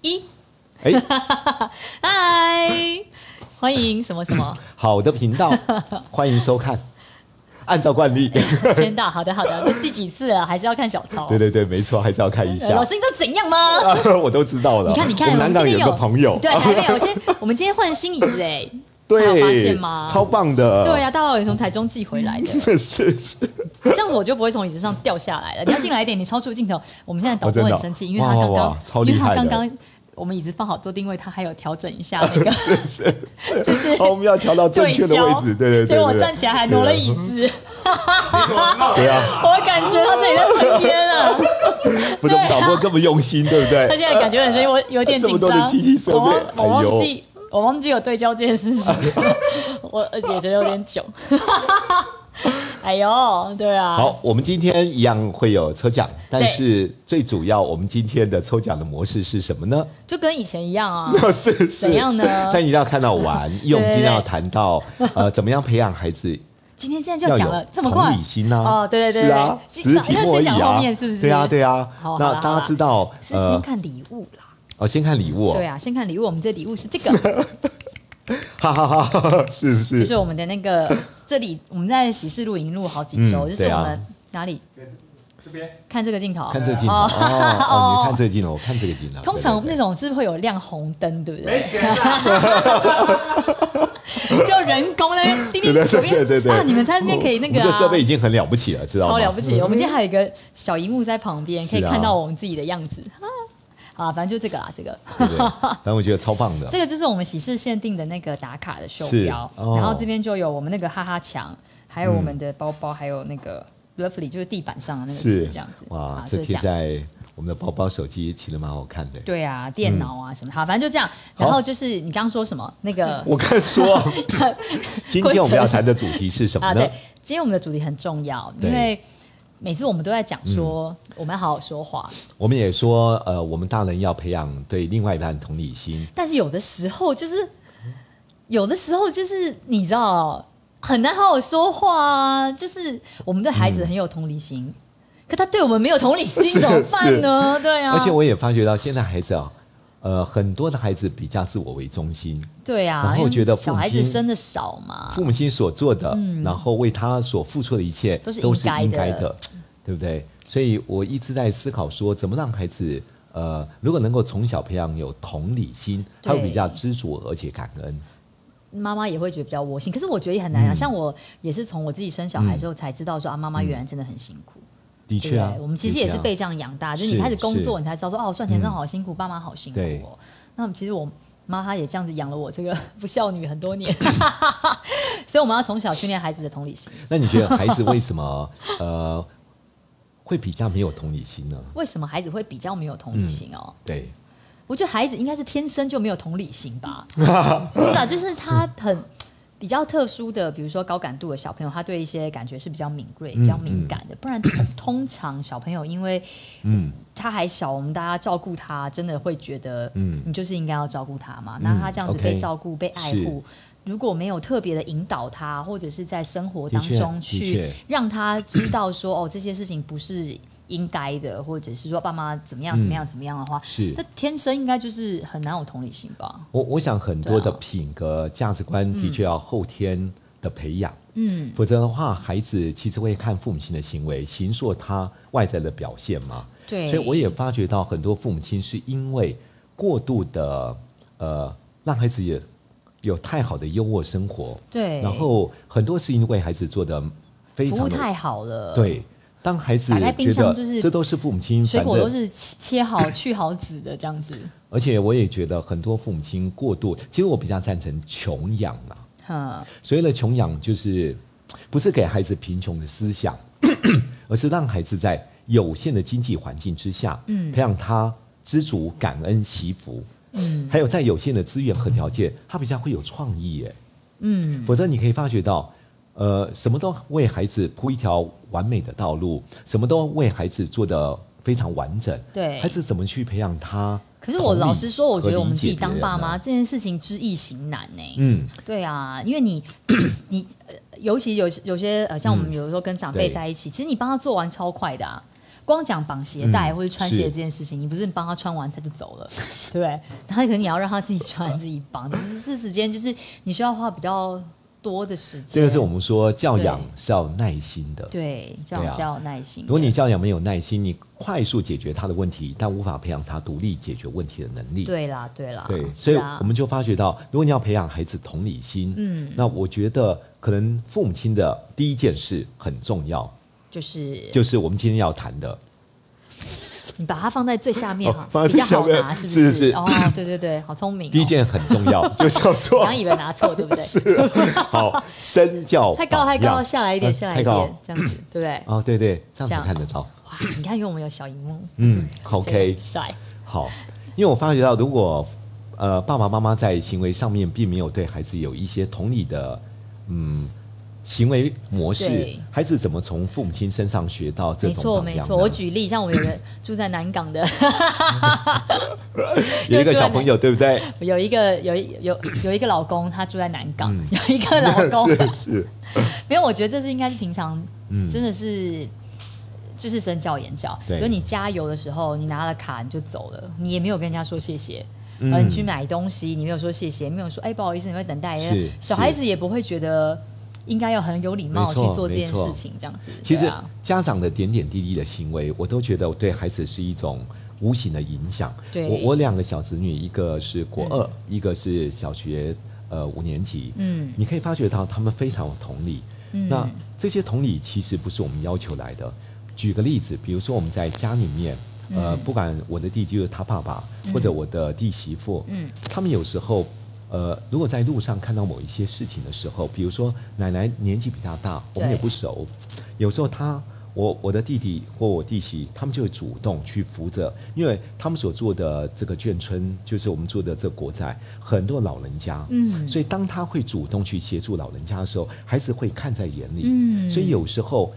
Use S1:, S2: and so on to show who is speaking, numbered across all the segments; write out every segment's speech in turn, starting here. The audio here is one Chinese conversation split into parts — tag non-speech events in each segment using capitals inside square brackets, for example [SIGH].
S1: 一， [LAUGHS]
S2: 哎，
S1: 嗨，欢迎什么什
S2: [LAUGHS]
S1: 么
S2: 好的频
S1: [LAUGHS]
S2: 道，欢迎收看。按照惯例，
S1: 签到，好的好的，这第几次啊了，还是要看小抄。
S2: 对对对，没错，还是要看一
S1: 呃
S2: 下
S1: 老。师，你知道怎样吗？
S2: 啊 [LAUGHS] 我都知道了。
S1: 你看你看，
S2: 我们南港
S1: 今
S2: 有
S1: 天
S2: 个朋友，
S1: 对，台北有
S2: [LAUGHS]
S1: 些，我们今天换新椅子哎，
S2: 对，
S1: 大家有发现吗？
S2: 超棒的。
S1: 对呀、啊大老远从台中寄回来的，
S2: [LAUGHS] 是是，
S1: 这样子我就不会从椅子上掉下来了。你要进来一点，你超出镜头。我们现在导
S2: 哦真
S1: 播
S2: 的哦
S1: 很生气，因为他刚
S2: 哇哇
S1: 刚
S2: 哇超，
S1: 因
S2: 厉
S1: 为他
S2: 害的
S1: 刚刚我们椅子放好做定位，他还有调整一下那个，
S2: [LAUGHS]
S1: 就是
S2: 好，我们要调到正
S1: 对
S2: 确
S1: 焦。
S2: 的位置。对对对
S1: 结果我
S2: 对
S1: 站
S2: 对。
S1: 起来还挪了椅子，
S2: 对啊，
S1: 我感觉他自己在抽烟
S2: [LAUGHS]
S1: 啊，
S2: 不是我们导播这么用心，对不
S1: 他
S2: 对？
S1: 现在感觉很生气，我有点
S2: 这么
S1: 紧
S2: 多的
S1: 张
S2: 机器，设
S1: 我忘
S2: 备
S1: 我
S2: 哎呦
S1: 忘记我忘记有对焦这件事
S2: [LAUGHS]
S1: 情，我而且觉得有点久，哎呦，对啊，
S2: 好，我们今天一样会有抽奖，但
S1: 对
S2: 是最主要，我们今天的抽奖的模式是什么呢？
S1: 就跟以前一样啊，
S2: 是 [LAUGHS] 是。
S1: 怎样呢
S2: 但一定要看到玩，因为我们
S1: 对对
S2: 今天要
S1: 对
S2: 谈到呃，怎么样培养
S1: [LAUGHS]
S2: 孩子
S1: 今天现在
S2: 要
S1: 就
S2: 有
S1: 讲了这么快
S2: 同理，心啊。
S1: 哦对对对
S2: 是啊，只
S1: 对
S2: 是题目而已
S1: 那先讲
S2: 啊
S1: 后面是不。是
S2: 对啊，对啊
S1: 好。好
S2: 那
S1: 啦
S2: 大家知道
S1: 是先
S2: 呃，
S1: 看礼物啦，
S2: 哦，先看礼物哦
S1: 对，啊，先看礼物，我们这礼物是这个，
S2: 哈哈哈哈 [LAUGHS] 哈，是不？
S1: 就是是我们的那个这里我们在喜事录影录好几周，
S2: 嗯
S1: 就是
S2: 对
S1: 我
S2: 啊
S1: 们哪里
S3: 这边
S1: 看这个镜头，
S2: 看这个镜头哦
S1: 哦
S2: 哦，你看这个镜头，我看这个镜头。
S1: 通常
S2: 对
S1: 那
S2: 对对
S1: 种是会有亮红灯，对不
S3: 没
S1: 对？
S3: 钱啊，
S1: [LAUGHS] 就人工那边叮叮
S2: 对对对
S1: 左边
S2: 对对对
S1: 啊，你们在那边可以那个
S2: 我们这设备已
S1: 啊。
S2: 经很了不起了，知道吗？
S1: 超了不起！我们今天还有一个小荧幕在旁边，可以
S2: 嗯是啊
S1: 看到我们自己的样子 [LAUGHS] 啊。好啦反正就这个啦，这个
S2: 对不对？
S1: [LAUGHS]
S2: 反正我觉得超棒的
S1: 这。个就是我们喜事限定的那个打卡的袖
S2: 是
S1: 标，
S2: 哦
S1: 然后这边就有我们那个哈哈墙，还有
S2: 嗯
S1: 我们的包包，还有那个 lovely 就是地板上的那个字
S2: 是
S1: 这样子。
S2: 哇
S1: 啊，
S2: 这
S1: 就是
S2: 贴
S1: 样
S2: 在我们的包包、手机，其实蛮好看
S1: [LAUGHS]
S2: 的。
S1: 对啊，电脑啊什么，好，反正就这样。然
S2: 好
S1: 后就是你刚刚说什么那个
S2: 我看说，
S1: [LAUGHS]
S2: 今天我们要谈的主题是什么
S1: 啊，
S2: 呢
S1: 对？，今天我们的主题很重要，
S2: 对嗯
S1: 因为每次我们都在讲说，我们要好好说话，
S2: 我们也说，呃，我们大人要培养对另外一半同理心，
S1: 但是有的时候就是，有的时候就是你知道很难好好说话啊，就是我们对孩子很有同理心，
S2: 嗯
S1: 可他对我们没有同理心怎么办呢？ [LAUGHS] 对啊，
S2: 而且我也发觉到现在孩子啊，呃，很多的孩子比较自我为中心，
S1: 对啊，
S2: 然后
S1: 因为
S2: 觉得父
S1: 小
S2: 母
S1: 孩子
S2: 亲
S1: 生的少嘛，
S2: 父母亲所做的，
S1: 啊嗯
S2: 然后为他所付出的一切
S1: 都是
S2: 都是
S1: 应该
S2: 应
S1: 的
S2: 该的，对不对？所以我一直在思考说，怎么让孩子。呃，如果能够从小培养有同理心，他会
S1: 对
S2: 比较知足而且感恩。
S1: 妈妈也会觉得比较窝心，可是我觉得也很难啊。
S2: 嗯
S1: 像我也是从我自己生小孩之后才知道说、啊，妈妈原来真的很辛苦。
S2: 的
S1: 对
S2: 确啊
S1: 不，对我们其实也是被这样养大，就是你
S2: 是
S1: 开始工作，
S2: 是
S1: 你才知道说哦，赚钱真的
S2: 嗯
S1: 好辛苦，爸妈好辛苦
S2: 对
S1: 哦。那么其实我妈她也这样子养了我这个 [LAUGHS] 不孝女很多
S2: [LAUGHS]
S1: 年，所以我们要从小训练孩子的同理心。
S2: 那你觉得孩子为什么呃会比较没有同理心呢？
S1: 为什么孩子会比较没有同理心哦？ [LAUGHS]
S2: 对，
S1: 我觉得孩子应该是天生就没有同理心
S2: [LAUGHS]
S1: 吧？不是啊，就是他很比较特殊的，比如说高感度的小朋友，他对一些感觉是比较敏锐、
S2: 嗯
S1: 比较敏感的。不然通通常小朋友因为
S2: 嗯，
S1: 他还小，我们大家照顾他，真的会觉得，
S2: 嗯
S1: 嗯，你就是应该要照顾他嘛。
S2: 嗯
S1: 那他这样子
S2: OK
S1: 被照顾、被爱护，如果没有特别的引导他，或者是在生活当中
S2: 的确的确
S1: 去让他知道说，哦，这些事情不是应该的，或者是说爸妈怎么样
S2: 嗯
S1: 怎么样怎么样的话，
S2: 是
S1: 他天生应该就是很难有同理心吧？
S2: 我我想很多的
S1: 对啊
S2: 品格、价值观的确要后天的培养，
S1: 嗯，
S2: 否则的话，孩子其实会看父母亲的行为，形塑他外在的表现嘛。
S1: 对。
S2: 所以我也发觉到很多父母亲是因为过度的呃，让孩子也有太好的优渥生活，
S1: 对，
S2: 然后很多事情为孩子做的非
S1: 服务
S2: 常的
S1: 太好了，，
S2: 对，当孩子
S1: 打开冰
S2: 觉得
S1: 箱就是
S2: 这都是父母亲，
S1: 水
S2: 反
S1: 果都
S2: 正
S1: 是切切好去好籽的这样子，
S2: 而且我也觉得很多父母亲过度，其实我比较赞成穷养啦。
S1: 嗯，
S2: 所谓的穷养，就是不是给孩子贫穷的思想， [CLEARS THROAT] 而是让孩子在有限的经济环境之下，
S1: 嗯
S2: 培养他知足、感恩、惜福，
S1: 嗯
S2: 还有在有限的资源和条件，他比较会有创意。哎，
S1: 嗯，
S2: 否则你可以发觉到，呃，什么都为孩子铺一条完美的道路，什么都为孩子做的非常完整。
S1: 对
S2: 孩子怎么去培养他？
S1: 哎可是我老实说，我觉得我们自己当爸妈，这件事情知易行难呢、
S2: 啊嗯，
S1: 对啊，因为你你、呃、尤其有有些呃，像我们
S2: 嗯
S1: 有时候跟长辈
S2: 对
S1: 在一起，其实你帮他做完超快的啊。光讲绑鞋带
S2: 嗯
S1: 或者穿鞋
S2: 是
S1: 这件事情，你不是帮他穿完他就走了， [LAUGHS] 对不对？然后可能你要让他自己穿自己绑，就是这时间就是你需要花比较多的时间。
S2: 这个是我们说教养
S1: 对
S2: 是要有耐心的。
S1: 对这
S2: 对
S1: 样
S2: 啊
S1: 是要有耐心的。
S2: 如果你教养没有耐心，你快速解决他的问题，但无法培养他独立解决问题的能力。
S1: 对啦对啦，
S2: 对，所
S1: 是
S2: 以
S1: 啊
S2: 我们就发觉到，如果你要培养孩子同理心，
S1: 嗯
S2: 那我觉得可能父母亲的第一件事很重要，
S1: 就是
S2: 就是我们今天要谈的，
S1: 你把它放在最下面
S2: 哦
S1: 哈，
S2: 放在
S1: 比较
S2: 最下
S1: 好
S2: 面
S1: 拿，是不
S2: 是是
S1: 哦，对对对，好聪明、哦。
S2: 第一，件很重
S1: [LAUGHS]
S2: 要，就是要
S1: 刚
S2: 做
S1: 刚以为拿错，对
S2: [LAUGHS]
S1: 不对？
S2: 好身
S1: [LAUGHS]
S2: 教
S1: 太高太
S2: 榜
S1: 高，
S2: 样
S1: 下来一点，
S2: 嗯
S1: 下来一
S2: 太高
S1: 点，这样子，对不
S2: [COUGHS]
S1: 对？
S2: 哦，对对，这
S1: 这
S2: 样才
S1: 样
S2: 看得到，
S1: 哇，你看，因为我们有小荧幕 [LAUGHS]
S2: 嗯
S1: 所以
S2: ，OK，
S1: 帅，
S2: 好，因为我发觉到，如果呃爸爸妈妈在行为上面并没有对孩子有一些同理的，嗯。行为模式
S1: 对，
S2: 孩子怎么从父母亲身上学到这
S1: 没
S2: 种
S1: 错
S2: 榜
S1: 没
S2: 样
S1: 错。我
S2: 呢？
S1: 举例，像我们
S2: [COUGHS]
S1: 有个住在南港的， [LAUGHS]
S2: 有
S1: 又
S2: 一个
S1: 突然
S2: 小朋友，对不对？
S1: 有一个有一有有一个老公，他住在南港
S2: 嗯，
S1: 有一个 [LAUGHS] 老
S2: [LAUGHS]
S1: 公，
S2: 是
S1: [LAUGHS]
S2: 是，
S1: 没有，我觉得这是应该是平常
S2: 嗯，
S1: 真的是。就是身教言教，比
S2: 对
S1: 如你加油的时候，你拿了卡你就走了，你也没有跟人家说谢谢，
S2: 嗯
S1: 呃，你去买东西，你没有说谢谢，没有说哎不好意思，你会等待
S2: 是，
S1: 小
S2: 是
S1: 孩子也不会觉得应该要很有礼貌去
S2: 没错
S1: 做这件
S2: 没错
S1: 事情，这样子。
S2: 其
S1: 对
S2: 实
S1: 啊
S2: 家长的点点滴滴的行为，我都觉得对孩子是一种无形的影响。
S1: 对
S2: 我我两个小子女，一个是国二，一个是小学呃五年级。
S1: 嗯
S2: 你可以发觉到他们非常有同理。
S1: 嗯
S2: 那这些同理其实不是我们要求来的。举个例子，比如说我们在家里面，呃，
S1: 嗯
S2: 不管我的弟弟就是他爸爸，或者
S1: 嗯
S2: 我的弟媳妇，
S1: 嗯
S2: 他们有时候，呃，如果在路上看到某一些事情的时候，比如说奶奶年纪比较大，我
S1: 对
S2: 们也不熟，有时候她，我我的弟弟或我弟媳，他们就会主动去扶着，因为他们所做的这个眷村，就是我们做的这个国宅，很多老人家，
S1: 嗯
S2: 所以当他会主动去协助老人家的时候，孩子会看在眼里，
S1: 嗯
S2: 所以有时候，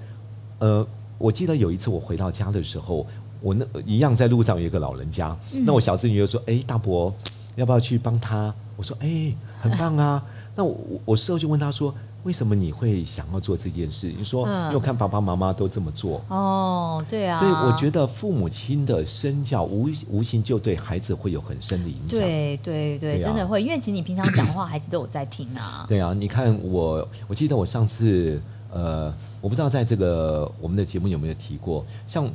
S2: 呃，我记得有一次我回到家的时候，我那呃一样在路上有一个老人家，
S1: 嗯
S2: 那我小侄女就说：“哎、大伯，要不要去帮他？”我说：“哎、很
S1: [LAUGHS]
S2: 棒啊。”那我我我事后就问他说：“为什么你会想要做这件事？”你说：“
S1: 嗯
S2: 因为我看爸爸妈妈都这么做。
S1: 哦，对啊，
S2: 对，我觉
S1: 得。
S2: 得父母亲的身教无无形就对孩子会有很深的影响。
S1: 对对对，
S2: 对啊
S1: 真的会，因为其实你平常讲话，孩子都有在听啊。
S2: 对啊，你看我，我记得我上次，呃，我不知道在这个我们的节目有没有提过，像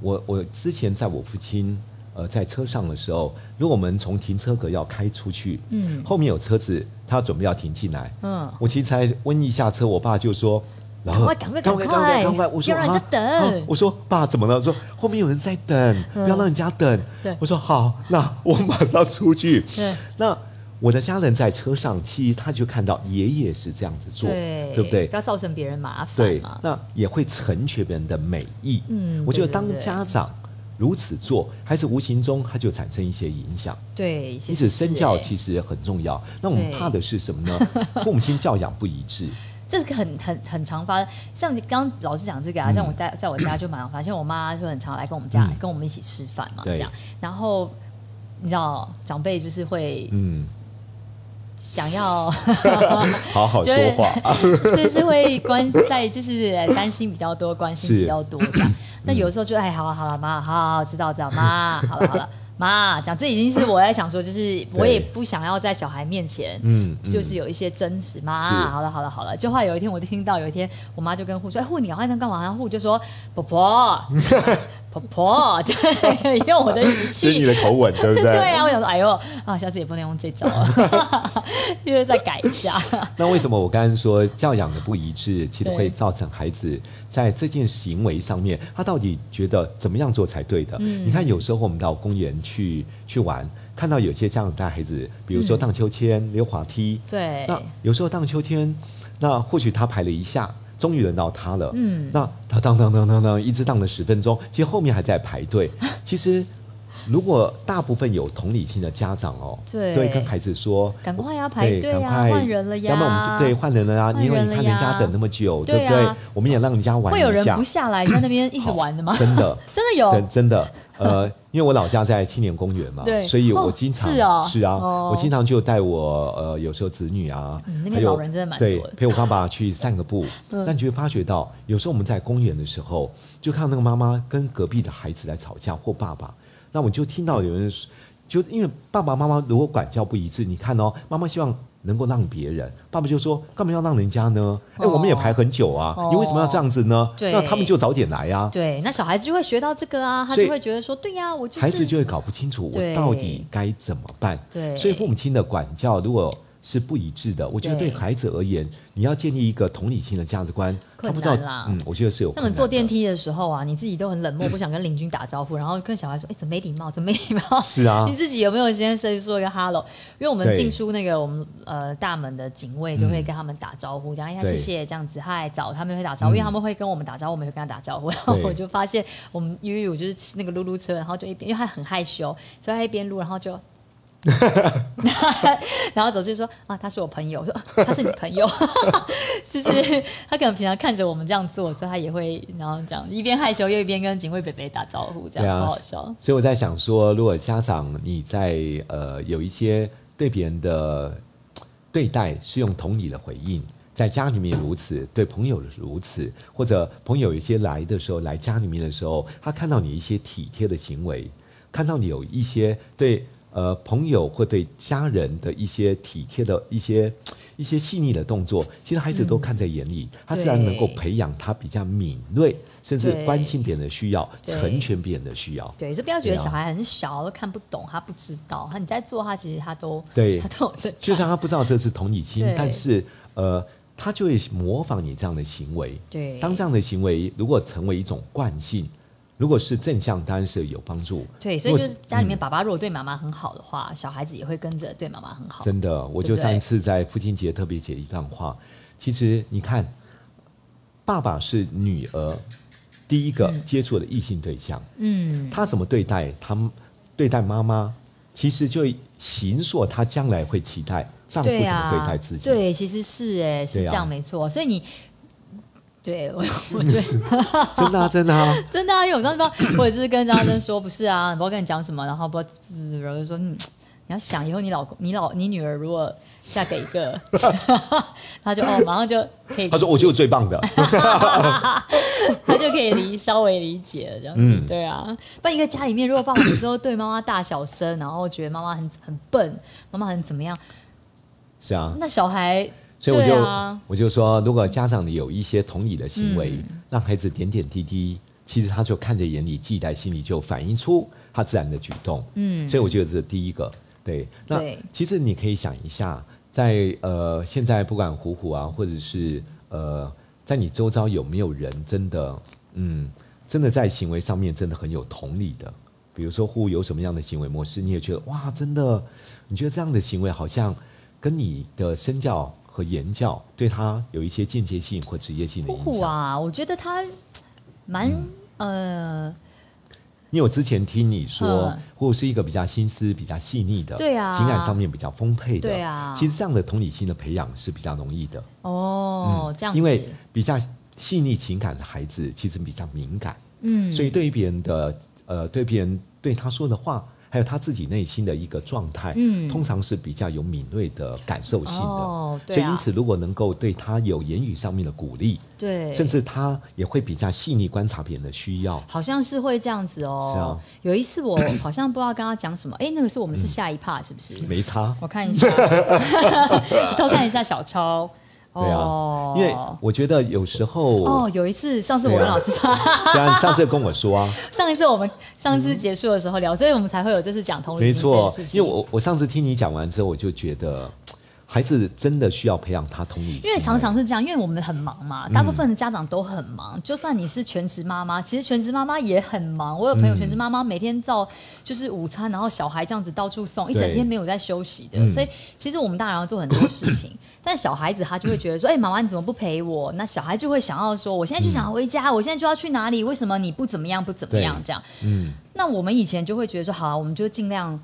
S2: 我我之前在我父亲呃在车上的时候，如果我们从停车格要开出去，
S1: 嗯
S2: 后面有车子，他准备要停进来，
S1: 嗯，
S2: 我其实才温一下车，我爸就说。然后
S1: 赶快赶
S2: 赶
S1: 快
S2: 快
S1: 赶
S2: 赶
S1: 快
S2: 快赶快！我说
S1: 不要让人
S2: 啊
S1: 家等嗯
S2: 啊我说爸怎么了？我说后面有人在等，不要让人家等
S1: 对。
S2: 我说好，那我马上
S1: [LAUGHS]
S2: 出去。
S1: 对
S2: 那我的家人在车上，其实他就看到爷爷是这样子做，
S1: 对，
S2: 不对
S1: 不？要造成别人麻烦
S2: 对
S1: 嘛，。
S2: 那也会成全别人的美意。
S1: 嗯
S2: 我觉得
S1: 对对
S2: 当
S1: 对
S2: 家长如此做，孩子无形中他就产生一些影响。
S1: 对，其
S2: 其
S1: 实
S2: 实
S1: 是
S2: 身教
S1: 欸
S2: 其实很重要。那我们
S1: 对
S2: 怕的是什么呢？
S1: [LAUGHS]
S2: 父母亲教养不一致。
S1: 这是很很很常发，像你刚刚老师讲这个啊，
S2: 嗯
S1: 像我在在我家就蛮常发现，我妈就很常来跟我们家、
S2: 嗯
S1: 跟我们一起吃饭嘛，这
S2: 对
S1: 样，然后你知道长辈就是会
S2: 嗯，
S1: 想要
S2: 好好
S1: 就
S2: 说
S1: 是
S2: 话。
S1: 就是会关在就是担心比较多，关心比较多这样。
S2: 嗯
S1: 那有的时候就哎，好了好了，妈，好好好知道知道，妈，
S2: [LAUGHS]
S1: 好了好了，妈，讲这已经是我在想说，就是我也不想要在小孩面前，
S2: 嗯嗯
S1: 就是有一些争执嘛。
S2: 是
S1: 好了好了好了，就后来有一天我就听到有一天我妈就跟护说，哎护你赶快在干嘛？然后护就说婆
S2: [LAUGHS]
S1: 婆婆婆，对，用我的语
S2: [LAUGHS] 这是你
S1: 气。
S2: 的口吻，对不对？
S1: [LAUGHS] 对啊，我想说，哎呦啊，下次也不能用这招了， [LAUGHS] 因为再改一下。
S2: 那为什么我刚刚说教养的不一致，其实
S1: 对
S2: 会造成孩子在这件行为上面，他到底觉得怎么样做才对的？
S1: 嗯
S2: 你看，有时候我们到公园去去玩，看到有些家长带孩子，比如说
S1: 嗯
S2: 荡秋千、溜滑梯，
S1: 对，
S2: 那有时候荡秋千，那或许他排了一下，终于轮到他了，
S1: 嗯啊
S2: [LAUGHS] 那他荡荡荡荡荡，一直荡了十分钟，其实后面还在排队，其实。如果大部分有同理心的家长哦，
S1: 对
S2: 都会跟孩子说，
S1: 赶快呀
S2: 我
S1: 排
S2: 对
S1: 队
S2: 赶
S1: 呀
S2: 快
S1: 换人了呀
S2: 要不然我们就对换人了呀，
S1: 换
S2: 因为
S1: 人
S2: 你
S1: 了
S2: 看人家
S1: 呀
S2: 等那么久，
S1: 对
S2: 对不对
S1: 啊？
S2: 我们也让人家玩
S1: 会有
S2: 一
S1: 人
S2: 下
S1: 不，下来在那边一直玩的吗？。
S2: 真的
S1: [LAUGHS] 真的有
S2: 真真的，呃，因为我老家在青年公园嘛，
S1: 对
S2: 所以我
S1: 哦
S2: 经常、
S1: 是哦
S2: 啊，
S1: 哦
S2: 我经常就带我呃，有时候子女啊，
S1: 嗯那边
S2: 还有
S1: 老人真的蛮多
S2: 对
S1: 的，。
S2: 陪我爸爸去散个步
S1: [LAUGHS] 嗯
S2: 但你就会发觉到，有时候我们在公园的时候，就看到那个妈妈跟隔壁的孩子在吵架或爸爸，那我就听到有人说就因为爸爸妈妈如果管教不一致，你看哦，妈妈希望。能够让别人，爸爸就说干嘛要让人家呢？哎、我们也
S1: 哦
S2: 排很久啊，你为什么要这样子呢？
S1: 对
S2: 那他们就早点来啊。
S1: 对，那小孩子就会学到这个啊，他
S2: 所以
S1: 就会觉得说，对呀、我就是
S2: 孩子就会搞不清楚我
S1: 对
S2: 到底该怎么办。
S1: 对
S2: 所以父母亲的管教如果是不一致的，我觉得
S1: 对
S2: 对孩子而言，你要建立一个同理心的价值观，他
S1: 困
S2: 不知道
S1: 难啦，
S2: 嗯，我觉得是有
S1: 他
S2: 困难
S1: 们
S2: 的。
S1: 坐电梯的时候啊，你自己都很冷漠，不想跟邻居打招呼，然后跟小孩说：“哎、怎么没礼貌？怎么没礼貌？” [LAUGHS]
S2: 是啊
S1: 你自己有没有先先说一个 “hello”？因为我们
S2: 对
S1: 进出那个我们呃大门的警卫就会
S2: 嗯
S1: 跟他们打招呼，讲、哎呀
S2: 对
S1: 谢谢这样子，嗨早，他们会打招呼，
S2: 嗯
S1: 因为他们会跟我们打招呼，我们会跟他打招呼。然后
S2: 对
S1: 我就发现我们因为我就是骑那个噜噜车，然后就一边因为他很害羞，所以他一边撸，然后就。 [LAUGHS] 然后走就说啊，他是我朋友，我说、啊他是你朋友， [LAUGHS] 就是他可能平常看着我们这样做，所以他也会然后这样一边害羞又一边跟警卫北北打招呼，这样、
S2: 对啊
S1: 超好笑。
S2: 所以我在想说，如果家长你在呃有一些对别人的对待是用同理的回应，在家里面也如此，对朋友也如此，或者朋友有一些来的时候来家里面的时候，他看到你一些体贴的行为，看到你有一些对呃朋友或对家人的一些体贴的一些。一些细腻的动作，其实孩子都
S1: 嗯
S2: 看在眼里，他自然能够
S1: 对
S2: 培养他比较敏锐，甚至
S1: 对
S2: 关心别人的需要，
S1: 对
S2: 成全别人的需要。
S1: 对，就不要觉得
S2: 对啊
S1: 小孩很小都看不懂，他不知道，他你在做他其实他都
S2: 对
S1: 他都有在看
S2: 就算他不知道这是同理心
S1: 对，
S2: 但是呃，他就会模仿你这样的行为。
S1: 对
S2: 当这样的行为如果成为一种惯性，如果是正向，当然是有帮助。
S1: 对，所以
S2: 如
S1: 就
S2: 果
S1: 是家里面
S2: 嗯
S1: 爸爸如果对妈妈很好的话，小孩子也会跟着对妈妈很好。
S2: 真的，我
S1: 对
S2: 就
S1: 不
S2: 上
S1: 对
S2: 一次在父亲节特别写一段话，其实你看，爸爸是女儿第一个
S1: 嗯
S2: 接触的异性对象，
S1: 嗯，
S2: 他怎么对待他对待妈妈，其实就形塑他将来会期待丈夫怎
S1: 对
S2: 么
S1: 啊，
S2: 对待自己。
S1: 对，其实是哎，是
S2: 对
S1: 这
S2: 啊
S1: 样没错。所以你对我， [LAUGHS] 我觉得。
S2: 真的啊，真的啊。
S1: 真的啊，因为我上次不知道我也是跟张真说，不是啊，不知道跟你讲什么，然后不知道，嗯然后就说，嗯，你要想以后你老公、你老、你女儿如果嫁给一个， [LAUGHS]
S2: [LAUGHS]
S1: 他就哦，马上就可以理解，
S2: 他说我就是最
S1: [LAUGHS]
S2: 棒的， [LAUGHS]
S1: 他就可以理稍微理解了这样子，
S2: 嗯
S1: 对啊。不然一个家里面，如果爸爸有时候对妈妈大小声，然后觉得妈妈很很笨，妈妈很怎么样，
S2: 是啊，
S1: 那小孩，
S2: 所以我
S1: 对
S2: 就、
S1: 啊，
S2: 我就说，如果家长你有一些同理的行为，
S1: 嗯
S2: 让孩子点点滴滴，其实他就看在眼里，记在心里，就反映出他自然的举动。
S1: 嗯，
S2: 所以我觉得这是第一个。对，那
S1: 对
S2: 其实你可以想一下，在呃现在不管虎虎啊，或者是呃在你周遭有没有人真的嗯真的在行为上面真的很有同理的？比如说虎虎有什么样的行为模式，你也觉得哇，真的，你觉得这样的行为好像跟你的身教和言教对他有一些间接性或职业性的
S1: 呼
S2: 影
S1: 呼
S2: 响。
S1: 啊，我觉得他蛮、
S2: 嗯
S1: 呃。
S2: 因为我之前听你说
S1: 嗯，
S2: 或者是一个比较心思比较细腻的，
S1: 对啊
S2: 情感上面比较丰沛的，
S1: 对啊
S2: 其实这样的同理心的培养是比较容易的，
S1: 哦，这样子，
S2: 嗯因为比较细腻情感的孩子其实比较敏感，
S1: 嗯，
S2: 所以对于别人的呃，对别人对他说的话，还有他自己内心的一个状态，
S1: 嗯
S2: 通常是比较有敏锐的感受性的，
S1: 哦对
S2: 所以
S1: 啊
S2: 因此如果能够对他有言语上面的鼓励，
S1: 对，
S2: 甚至他也会比较细腻观察别人的需要，
S1: 好像是会这样子哦。
S2: 是啊嗯
S1: 有一次我好像不知道跟他讲什么，哎、那个是我们是下一 part 是不是？
S2: 没差。
S1: 我看一
S2: [LAUGHS]
S1: 下，偷看一下小超。
S2: 对
S1: 哦
S2: 啊，因为我觉得有时候，
S1: 哦，有一次，上次我跟
S2: 对啊
S1: 老师说， [LAUGHS]
S2: 对啊，你上次跟我说啊，
S1: 上一次我们上次结束的时候聊，所 [LAUGHS] 以我们才会有这次讲同理
S2: 没
S1: 心这件
S2: 错
S1: 事，情。
S2: 因为我我上次听你讲完之后，我就觉得，还是真的需要培养他同理心，欸
S1: 因为常常是这样，因为我们很忙嘛，大
S2: 嗯
S1: 部分的家长都很忙。就算你是全职妈妈，其实全职妈妈也很忙。我有朋友
S2: 嗯
S1: 全职妈妈每天照就是午餐，然后小孩这样子到处送，一整
S2: 对
S1: 天没有在休息的。
S2: 嗯
S1: 所以其实我们当然要做很多事情，但小孩子他就会觉得说，哎、妈妈你怎么不陪我？那小孩就会想要说，我现
S2: 嗯
S1: 在就想要回家，我现在就要去哪里？为什么你不怎么样，不怎么样
S2: 对
S1: 这样？
S2: 嗯，
S1: 那我们以前就会觉得说，好、啊，我们就尽量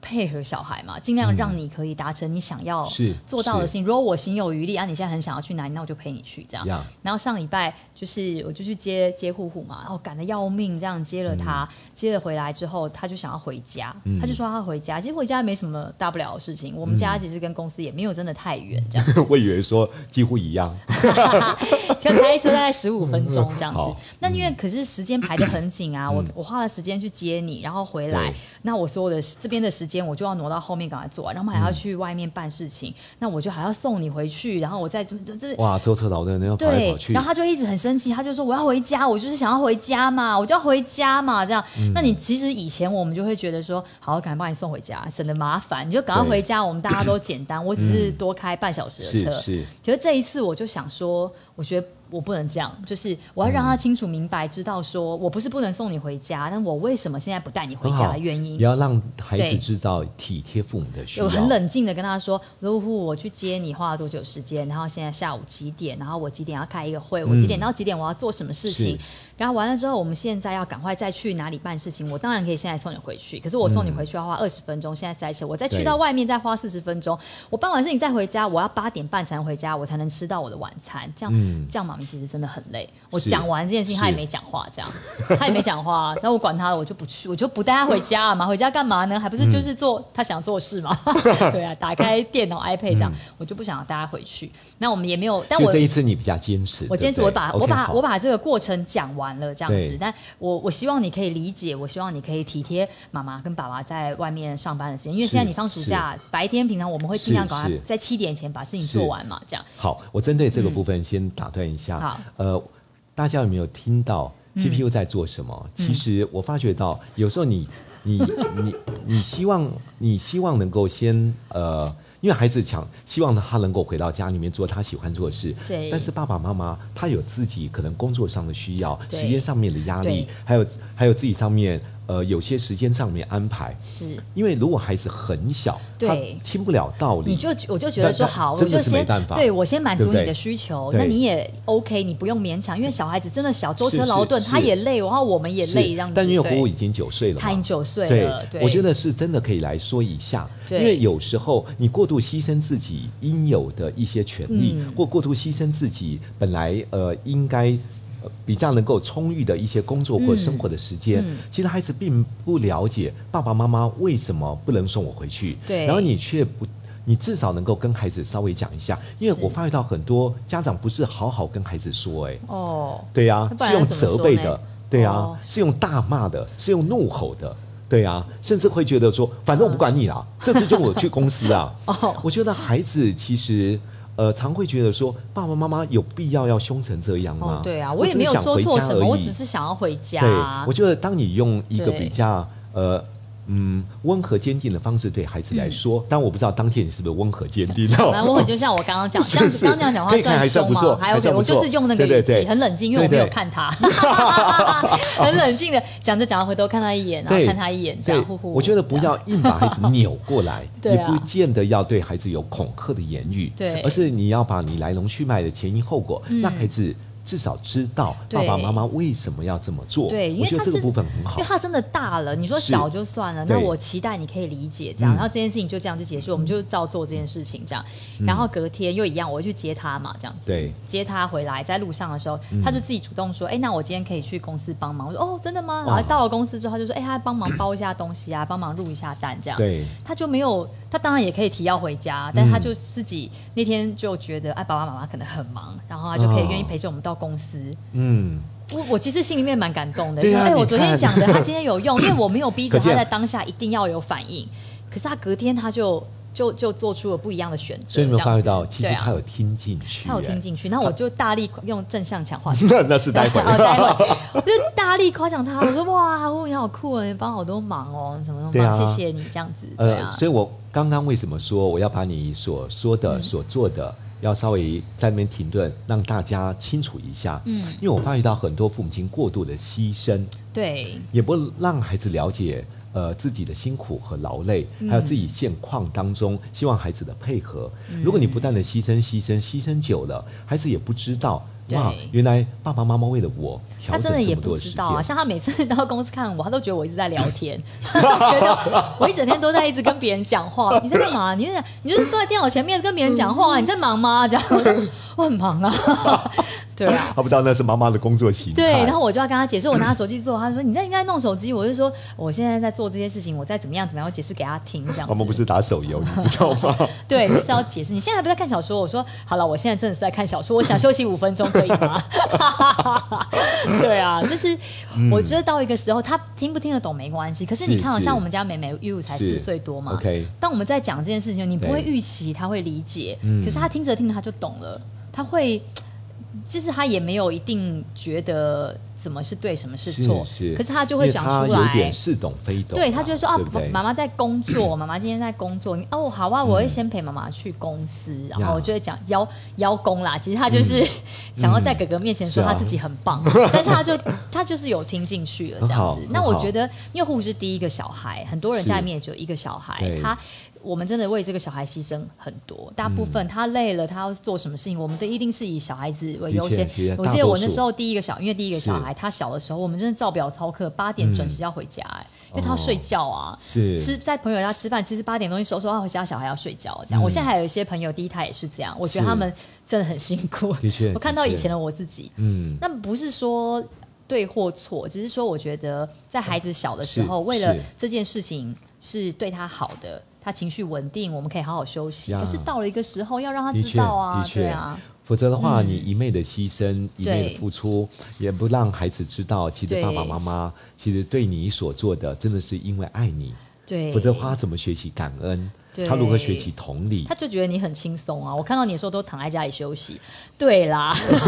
S1: 配合小孩嘛，尽
S2: 嗯
S1: 量让你可以达成你想要
S2: 是
S1: 哦做到的
S2: 是
S1: 事情。如果我心有余力啊，你现在很想要去哪里，那我就陪你去这样。
S2: 呀， [LAUGHS]
S1: 然后上礼拜就是我就去接接户户嘛，然后赶得要命，这样接了他，接了回来之后，他就想要回家，
S2: 嗯
S1: 他就说他要回家。其实回家没什么大不了的事情，我们家其实跟公司也没有真的太远，这样。
S2: 我以为说几乎一样，
S1: [LAUGHS] 就开车大概十五分钟这样子
S2: 嗯好。
S1: 那因为可是时间排得很紧啊，我
S2: 嗯
S1: 我花了时间去接你，然后回来
S2: 对，
S1: 那我所有的这边的时间我就要挪到后面赶快做完，然后我们还要去外面办事情，那我就还要送你回去，然后我再这这这。
S2: 嗯哇，舟车劳顿，那要跑来
S1: 对
S2: 跑，去，
S1: 然后他就一直很生气，他就说我要回家，我就是想要回家嘛，我就要回家嘛，这样。
S2: 嗯
S1: 那你其实以前我们就会觉得说，好，赶快把你送回家，省得麻烦，你就赶快
S2: 对
S1: 回家，我们大家都简单，我只是
S2: 嗯
S1: 多开半小时的
S2: 是
S1: 车，
S2: 是，
S1: 可是这一次我就想说，我觉得我不能这样，就是我要让他清楚明白，知道说我不是不能送你回家，但我为什么现在不带你回
S2: 很
S1: 家
S2: 好，
S1: 的原因
S2: 也。啊要让孩
S1: 对
S2: 子知道体贴父母的需要，
S1: 我很冷静的跟他说，如户，我去接你花了多久时间？然后现在下午几点？然后我几点要开一个会？我几点
S2: 嗯
S1: 到几点我要做什么事情
S2: 是？
S1: 然后完了之后，我们现在要赶快再去哪里办事情？我当然可以现在送你回去，可是我送你
S2: 嗯
S1: 回去要花二十分钟，现在塞车，我再去
S2: 对
S1: 到外面再花四十分钟，我办完事情再回家，我要八点半才能回家，我才能吃到我的晚餐。这样、
S2: 嗯
S1: 这样，妈咪其实真的很累。我
S2: 是
S1: 讲完这件事情，他也
S2: 是
S1: 没讲话，这样他也没讲话，那我管他了，我就不去，我就不带他回家了嘛，回家干嘛呢？还不是
S2: 嗯
S1: 就是做他想做的事嘛？ [LAUGHS] 对啊，打开电脑 iPad 这样，我就不想要带他回去。那我们也没有，但
S2: 嗯就
S1: 我
S2: 这一次你比较坚持，
S1: 我坚持
S2: 对
S1: 我
S2: 不对
S1: 把
S2: OK，
S1: 我把
S2: 好
S1: 我把这个过程讲完了这样子
S2: 对，
S1: 但我我希望你可以理解，我希望你可以体贴妈妈跟爸爸在外面上班的时间，因为
S2: 是
S1: 现在你放暑假，白天平常我们会尽量赶快
S2: 是是
S1: 在七点前把事情做完嘛，这样
S2: 好，我针对这个
S1: 嗯
S2: 部分先打断一下。
S1: 好
S2: 呃，大家有没有听到
S1: 嗯
S2: CPU 在做什么？
S1: 嗯
S2: 其实我发觉到，有时候你你你你希望你希望能够先呃。因为孩子强，希望他能够回到家里面做他喜欢做的事。
S1: 对
S2: 但是爸爸妈妈他有自己可能工作上的需要，
S1: 对
S2: 时间上面的压
S1: 对
S2: 力，还有还有自己上面呃有些时间上面安排。
S1: 是。
S2: 因为如果孩子很小，他
S1: 对
S2: 听不了道理，
S1: 你就我就觉得
S2: 但
S1: 说
S2: 但
S1: 好，我
S2: 真的
S1: 就是
S2: 没
S1: 先
S2: 办法
S1: 对我先满足
S2: 对不
S1: 你
S2: 对
S1: 的需求，
S2: 对
S1: 那你也 OK，你不用勉强，因为小孩子真的小，舟车
S2: 是
S1: 劳顿，
S2: 是
S1: 他也累，然后我们也
S2: 是
S1: 累，这样子。
S2: 但因为虎虎
S1: 对
S2: 已经九岁了嘛，
S1: 他已经九岁
S2: 对
S1: 了，对，
S2: 我觉得是真的可以来说一下，因
S1: 对
S2: 为有时候你过度牺牲自己应有的一些权利，
S1: 嗯
S2: 或过度牺牲自己本来呃应该。呃比较能够充裕的一些工作或
S1: 嗯
S2: 生活的时间，
S1: 嗯
S2: 其实孩子并不了解爸爸妈妈为什么不能送我回去，
S1: 对
S2: 然后你却不，你至少能够跟孩子稍微讲一下，因为
S1: 是
S2: 我发觉到很多家长不是好好跟孩子说、哎，
S1: 哦，
S2: 对呀、
S1: 那不然
S2: 是用
S1: 怎么
S2: 责
S1: 说
S2: 备
S1: 呢
S2: 的，对呀、
S1: 哦
S2: 是用大骂的，是用怒吼的，对呀、甚至会觉得说，反正我不管你啦，这次就我去公司啊。
S1: 嗯 [LAUGHS] 哦
S2: 我觉得孩子其实。呃，常会觉得说爸爸妈妈有必要要凶成这样
S1: 哦，
S2: 吗？
S1: 对啊，我也
S2: 只是
S1: 没有
S2: 想
S1: 说
S2: 回
S1: 错
S2: 家
S1: 什么，
S2: 而
S1: 我
S2: 已
S1: 只是想要回家
S2: 对
S1: 啊。，
S2: 我觉得当你用一个
S1: 对
S2: 比较呃嗯温和坚定的方式对孩子
S1: 嗯
S2: 来说，但我不知道当天你是不是温和坚定
S1: [LAUGHS]
S2: 哦。
S1: 反正我很就像我刚刚讲，
S2: 是
S1: 像
S2: 是
S1: 刚刚那样讲话
S2: 可以看还算
S1: 凶
S2: 不
S1: 吗
S2: 错？
S1: 还
S2: 还
S1: OK，
S2: 算
S1: 我
S2: 不错
S1: 就是用那个语
S2: 对对
S1: 气，
S2: 对
S1: 很冷静，因为我没有
S2: 对对
S1: 看他， [LAUGHS] 很冷静的讲着讲着回头看他一眼，然后
S2: 对，
S1: 看他一眼，这样
S2: 对
S1: 呼呼。
S2: 我觉得不
S1: 这样，
S2: 要硬把孩子扭过来
S1: 对啊
S2: 你不见得要对孩子有恐吓的言语，
S1: 对
S2: 而是你要把你来龙去脉的前因后果，
S1: 嗯
S2: 让孩子至少知道
S1: 对
S2: 爸爸妈妈为什么要这么做。
S1: 对，因
S2: 我
S1: 为
S2: 觉得
S1: 他
S2: 这个
S1: 就是
S2: 部分很好
S1: 因为。他真的大了，你说
S2: 是
S1: 小就算了，那
S2: 对
S1: 我期待你可以理解这样，
S2: 嗯
S1: 然后这件事情就这样就结束，我们就照做这件事情这样，
S2: 嗯
S1: 然后隔天又一样，我会去接他嘛，这样子。
S2: 对，
S1: 接他回来，在路上的时候，
S2: 嗯
S1: 他就自己主动说：“哎、那我今天可以去公司帮忙。”我说：“哦，真的吗？”然
S2: 哇
S1: 后到了公司之后，他就说：“哎、他帮忙包一下东西啊，帮忙录一下单这样。”
S2: 对，嗯
S1: 他就没有，他当然也可以提要回家，但他就自己那天就觉得，哎，爸爸妈妈可能很忙，然后他就可以愿意陪着我们到公司。
S2: 嗯，
S1: 我我其实心里面蛮感动的，
S2: 对
S1: 因
S2: 啊
S1: 为哎，
S2: 你
S1: 我昨天
S2: 看
S1: 讲的，他今天有
S2: [COUGHS]
S1: 用，因为我没有逼着
S2: 可见
S1: 他在当下一定要有反应，可是他隔天他就就就做出了不一样的选择，
S2: 所以你有没有
S1: 这
S2: 发
S1: 样
S2: 觉
S1: 子
S2: 到，其实
S1: 对啊
S2: 他有听进去、
S1: 他有听进去，那我就大力用正向强化。
S2: 哎那那是待会
S1: [LAUGHS] 哦，
S2: 儿。
S1: 待
S2: [LAUGHS]
S1: 会我就大力夸奖他，我说哇，我你好酷哦，你帮好多忙哦，什么什
S2: 对
S1: 么
S2: 啊
S1: 忙，谢谢你这样子，对
S2: 呃，
S1: 啊，
S2: 所以我刚刚为什么说我要把你所说的、
S1: 嗯
S2: 所做的，要稍微在那边停顿，让大家清楚一下。
S1: 嗯
S2: 因为我发觉到很多父母亲过度的牺牲，
S1: 对，
S2: 也不让孩子了解，呃自己的辛苦和劳累，
S1: 嗯
S2: 还有自己现况当中，希望孩子的配合。
S1: 嗯
S2: 如果你不断的牺牲、牺牲、牺牲久了，孩子也不知道。
S1: 对
S2: 哇，原来爸爸妈妈为了我
S1: 他
S2: 调整
S1: 真的
S2: 这
S1: 也
S2: 么多
S1: 不
S2: 时
S1: 知
S2: 间
S1: 道，啊，像他每次到公司看我，他都觉得我一直在聊天，他都觉得我一整天都在一直跟别人讲
S2: [LAUGHS]
S1: 话。你在干嘛？你在你就是坐在电脑前面跟别人讲话，你在忙吗？这样 [LAUGHS] 我说我很忙
S2: [LAUGHS]
S1: 啊，对啊。
S2: 他不知道那是妈妈的工作形态。
S1: 对，
S2: [LAUGHS]
S1: 然后我就要跟他解释，我拿手机做，他说你在应该弄手机，我就说我现在在做这些事情，我在怎么样怎么样，我解释给他听这样
S2: 我
S1: 子。
S2: 们不是打手游，你
S1: [LAUGHS]
S2: 知道吗？
S1: 对，就是要解释。你现在还不在看小说？我说好了，我现在真的是在看小说，
S2: [LAUGHS]
S1: 我想休息五分钟，可以吗？对啊，就是我觉得到一个时候，他听不听得懂没关系。可是你
S2: 是
S1: 看哦，
S2: 是
S1: 像我们家妹妹玉才
S2: 是
S1: 四岁多嘛
S2: OK
S1: 当我们在讲这件事情，你不会
S2: 对
S1: 预期他会理解
S2: 嗯，
S1: 可是他听着听着他就懂了，他会。就是他也没有一定觉得怎么是对，什么是错，
S2: 是，
S1: 可是他就会讲出
S2: 因为他有
S1: 来。
S2: 点似懂非懂嘛。
S1: 对他就会说啊
S2: 对不，对嗯
S1: 妈妈在工
S2: [CLEARS THROAT]
S1: 作，妈妈今天在工作。你哦，好啊，我会先陪妈妈去公司，然
S2: 呀嗯
S1: 后我就会讲邀邀功啦。其实他就是、想要在哥哥面前说
S2: 是啊
S1: 他自己很
S2: [LAUGHS]
S1: 棒，但是他就他就是有听进去了这
S2: 很好
S1: 样子。那
S2: 很
S1: 我
S2: 好
S1: 觉得，因为护士第一个小孩，很多人
S2: 是
S1: 家里面也只有一个小孩
S2: 对，
S1: 他。我们真的为这个小孩牺牲很多，大部
S2: 嗯
S1: 分他累了，他要做什么事情，我们都一定是以小孩子为
S2: 的
S1: 优
S2: 确
S1: 先
S2: 的确。
S1: 我
S2: 大
S1: 记得
S2: 多
S1: 我那
S2: 数
S1: 时候第一个小，因为第一个小
S2: 是
S1: 孩他小的时候，我们真的照表操课，八点准
S2: 嗯
S1: 时要回家、哎因为他要
S2: 哦
S1: 睡觉啊。
S2: 是
S1: 吃在朋友家吃饭，其实八点东西收收，啊，回家小孩要睡觉这样。
S2: 嗯
S1: 我现在还有一些朋友，第一胎也是这样，我觉
S2: 是
S1: 得他们真的很辛苦。
S2: 的确
S1: [LAUGHS] 我看到
S2: 的确
S1: 以前的我自己，
S2: 嗯，
S1: 那不是说对或错，只是说我觉得在孩子小的时候，
S2: 是
S1: 为了
S2: 是
S1: 这件事情是对他好的，他情绪稳定，我们可以好好休息。
S2: 呀
S1: 可是到了一个时候，要让他
S2: 的
S1: 知
S2: 确
S1: 道啊
S2: 的，确
S1: 对啊，
S2: 否则的话，
S1: 嗯
S2: 你一昧的牺牲，一昧的
S1: 对
S2: 付出，也不让孩子知道，其实
S1: 对
S2: 爸爸妈妈其实对你所做的，真的是因为爱你。
S1: 对。
S2: 否则的话，他怎么学习感恩？
S1: 对
S2: 他如何学习同理
S1: 他？就觉得你很轻松啊！我看到你的时候都躺在家里休息，对啦， [LAUGHS]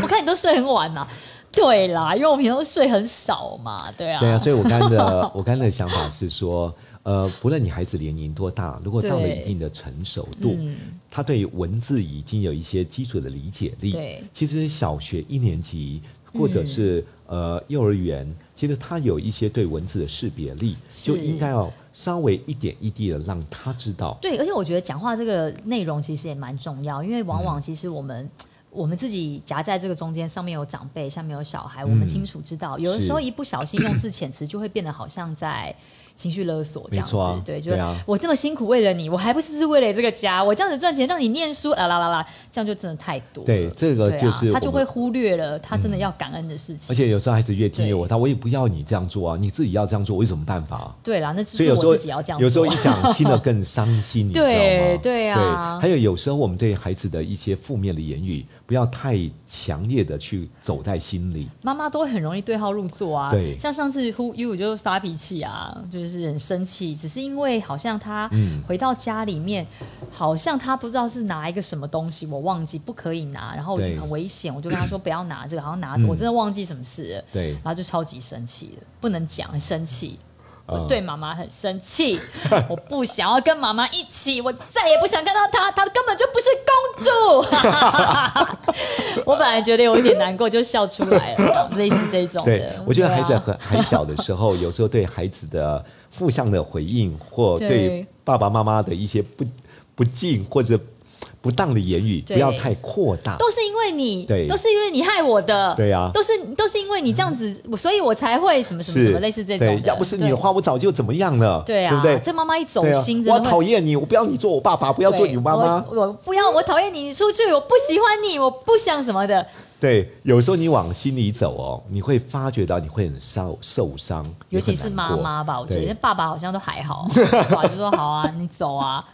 S1: 我看你都睡很晚呐、对啦，因为我平常都睡很少嘛，对啊，
S2: 对啊，所以我刚才
S1: [LAUGHS]
S2: 的我刚才的想法是说，呃，不论你孩子年龄多大，如果到了
S1: 对
S2: 一定的成熟度，
S1: 嗯
S2: 他对文字已经有一些基础的理解力
S1: 对。嗯
S2: 其实小学一年级或者是、呃幼儿园，其实他有一些对文字的识别力，
S1: 是
S2: 就应该要稍微一点一滴的让他知道。
S1: 对，而且我觉得讲话这个内容其实也蛮重要，因为往
S2: 嗯
S1: 往其实我们。我们自己夹在这个中间，上面有长辈，下面有小孩，我们
S2: 嗯
S1: 清楚知道，有的
S2: 是
S1: 时候一不小心用字遣词，就会变得好像在情绪勒索这样
S2: 没
S1: 子。
S2: 错啊
S1: 对，就
S2: 对
S1: 是
S2: 啊
S1: 我这么辛苦为了你，我还不是为了这个家，我这样子赚钱让你念书，啦啦啦啦，这样就真的太多了。
S2: 对这个
S1: 对啊
S2: 就是
S1: 他就
S2: 我们嗯
S1: 会忽略了他真的要感恩的事情。
S2: 而且有时候孩子越听越
S1: 对
S2: 我，他我也不要你这样做啊，你自己要这样做，我有什么办法啊、
S1: 对啦，那就
S2: 所
S1: 是
S2: 以有时候
S1: 我自己要这样做。
S2: 有时候一讲听得更伤心，你
S1: [LAUGHS]
S2: 知道吗？
S1: 对对啊
S2: 还有有时候我们对孩子的一些负面的言语，不要太强烈的去走在心里。
S1: 妈妈都会很容易对号入座啊。
S2: 对
S1: 像上次呼 U 就发脾气啊，就是很生气，只是因为好像 [LAUGHS] 他
S2: 嗯
S1: 回到家里面，好像他不知道是拿一个什么东西，我忘记不可以拿，然后我就
S2: 对
S1: 很危险，我就跟他说不要拿这个，好像拿着、
S2: 嗯
S1: 我真的忘记什么事了，
S2: 对
S1: 然后就超级生气了，不能讲，很生气。我
S2: 嗯
S1: 对妈妈很生气， [LAUGHS] 我不想要跟妈妈一起，我再也不想看到她，她根本就不是公主。 [LAUGHS] 我本来觉得有一点难过，就笑出来了，这样类似这种
S2: 对
S1: 的。，
S2: 我觉得孩子
S1: 对啊
S2: 很还小的时候，有时候对孩子的负向的回应，或
S1: 对
S2: 对爸爸妈妈的一些不不敬或者不当的言语，不
S1: 对
S2: 要太扩大。
S1: 啊都是因为你，
S2: 对
S1: 都是因为你害我的，
S2: 对啊
S1: 都是都是因为你这样子，我所以我才会什么什么什么类似这种
S2: 对
S1: 的。，
S2: 要不是你的
S1: 对，
S2: 话，我早就怎么样了，
S1: 对
S2: 对不
S1: 啊，
S2: 对？
S1: 这妈妈一走
S2: 对啊
S1: 心，
S2: 我
S1: 真的
S2: 讨
S1: 会。
S2: 厌你，我不要你做我爸爸，不要做你
S1: 对
S2: 妈妈。
S1: 我我不要，我讨厌你，你出去，我不喜欢你，我不想什么的。
S2: 对，有时候你往心里走哦，你会发觉到你会很受受伤，
S1: 尤其
S2: 你会
S1: 是
S2: 很
S1: 妈
S2: 难过
S1: 妈吧，我觉
S2: 对
S1: 得爸爸好像都还
S2: [LAUGHS]
S1: 好，爸爸就说好啊，你走啊，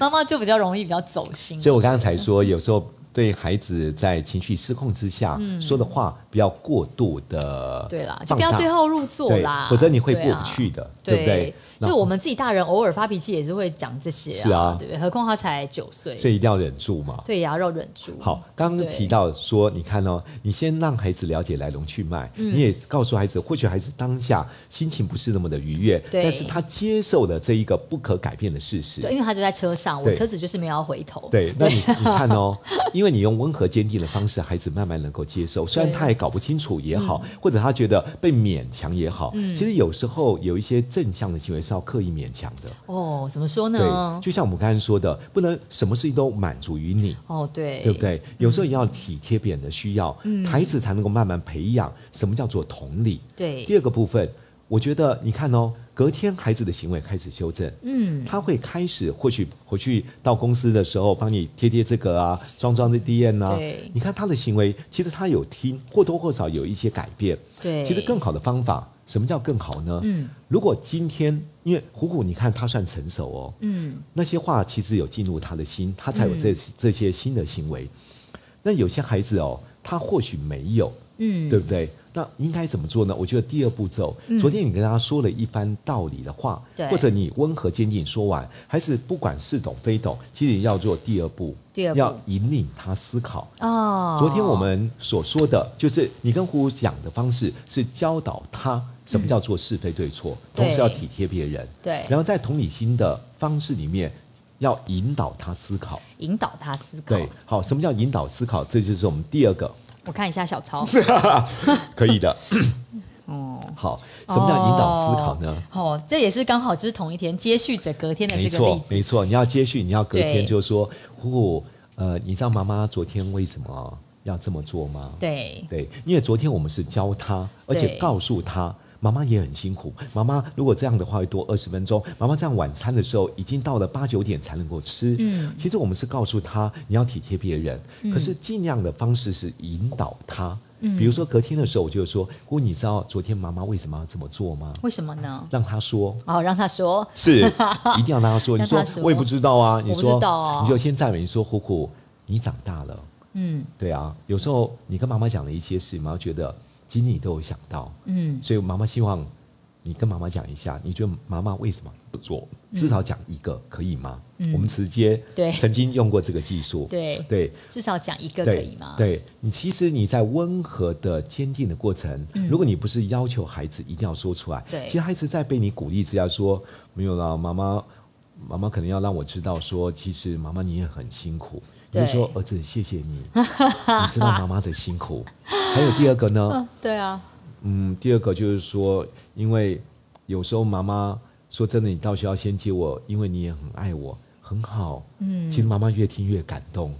S1: 妈妈就比较容易比较走心。
S2: 所以我刚刚才说，有时候对孩子在情绪失控之下、
S1: 嗯
S2: 说的话，不要过度的
S1: 对啦，就
S2: 放
S1: 不要
S2: 大，
S1: 对号入座
S2: 对
S1: 啦，
S2: 否则你会
S1: 对
S2: 过
S1: 啊
S2: 不去的，对
S1: 对
S2: 不对？
S1: 所
S2: 那
S1: 以我们自己大人偶尔发脾气也是会讲这些啊，
S2: 是啊
S1: 对不对？何况他才九岁，
S2: 所以一定要忍住嘛。
S1: 对也要忍住。
S2: 好，，刚刚提到说，你看哦，你先让孩子了解来龙去脉，
S1: 嗯
S2: 你也告诉孩子，或许孩子当下心情不是那么的愉悦，
S1: 对
S2: 但是他接受了这一个不可改变的事实
S1: 对，。因为他就在车上，我
S2: 对
S1: 车子就是没有要回头。
S2: 对，那你你看哦，因因为你用温和坚定的方式，孩子慢慢能够接受。虽然
S1: 对
S2: 他也搞不清楚也好，或者他觉得被勉强也好，
S1: 嗯
S2: 其实有时候有一些正向的行为是要刻意勉强的。
S1: 哦，怎么说
S2: 对，
S1: 呢？
S2: 就像我们刚才说的，不能什么事情都满足于你。
S1: 哦，对，
S2: 对不？对？有时候也要体贴别人的需要，
S1: 嗯
S2: 孩子才能够慢慢培养什么叫做同理。第
S1: 对，
S2: 二个部分，我觉得你看哦，隔天孩子的行为开始修正，
S1: 嗯，
S2: 他会开始或许回去到公司的时候帮你贴贴这个啊，装装这 D N 啊
S1: 对，
S2: 你看他的行为，其实他有听或多或少有一些改变。
S1: 对，
S2: 其实更好的方法，什么叫更好呢？
S1: 嗯
S2: 如果今天因为虎虎，你看他算成熟哦，
S1: 嗯，
S2: 那些话其实有进入他的心，他才有这、这些新的行为。那有些孩子哦，他或许没有，
S1: 嗯，
S2: 对不对？那应该怎么做呢？我觉得第二步骤，
S1: 嗯
S2: 昨天你跟他说了一番道理的话，
S1: 对
S2: 或者你温和坚定说完，还是不管是懂非懂，其实要做第二步，
S1: 第二步
S2: 要引领他思考。
S1: 哦，
S2: 昨天我们所说的就是你跟虎虎讲的方式是教导他什么叫做是非对错，
S1: 嗯对
S2: 同时要体贴别人，
S1: 对
S2: 然后在同理心的方式里面要引导他思考。
S1: 引导他思考
S2: 对。，好，什么叫引导思考？这就是我们第二个，
S1: 我看一下小抄，
S2: 可以的。
S1: 哦、
S2: 好，什么叫引导思考呢？
S1: 哦？哦，这也是刚好就是同一天接续着隔天的
S2: 没
S1: 这个例
S2: 错，
S1: 子。
S2: 没错，你要接续，你要隔
S1: 对
S2: 天就说，虎虎，呃，你知道妈妈昨天为什么要这么做吗？
S1: 对，
S2: 对，因为昨天我们是教他，而
S1: 对
S2: 且告诉他，妈妈也很辛苦。妈妈如果这样的话，会多二十分钟。妈妈这样晚餐的时候，已经到了八九点才能够吃。
S1: 嗯
S2: 其实我们是告诉他，你要体贴别人，
S1: 嗯
S2: 可是尽量的方式是引导他。
S1: 嗯
S2: 比如说隔天的时候，我就说，姑，你知道昨天妈妈为什么要这么做吗？
S1: 为什么呢？
S2: 让他说。
S1: 哦，让他说， [LAUGHS]
S2: 是，一定要让他说。你
S1: 让他
S2: 说
S1: 说
S2: 我也不知道啊，你
S1: 我不
S2: 说
S1: 知道啊
S2: 你就先赞美，你说虎虎，你长大了。
S1: 嗯
S2: 对啊，有时候你跟妈妈讲了一些事，妈妈觉得其实你都有想到，
S1: 嗯
S2: 所以妈妈希望你跟妈妈讲一下，你觉得妈妈为什么不做？
S1: 嗯
S2: 至少讲一个可以吗？
S1: 嗯
S2: 我们直接
S1: 对
S2: 曾经用过这个技术，
S1: 对
S2: 对。
S1: 至少讲一个可
S2: 对
S1: 以吗？，
S2: 对你其实你在温和的坚定的过程，
S1: 嗯
S2: 如果你不是要求孩子一定要说出来，
S1: 对
S2: 其实孩子在被你鼓励之下说没有啦，妈妈，妈妈可能要让我知道说，其实妈妈你也很辛苦，你就
S1: 对
S2: 说儿子谢谢
S1: [LAUGHS]
S2: 你，你知道妈妈的辛苦。还有第二个呢，
S1: 嗯，对啊，
S2: 嗯，第二个就是说，因为有时候妈妈说真的，你到学校先接我，因为你也很爱我，很好。
S1: 嗯
S2: 其实妈妈越听越感动。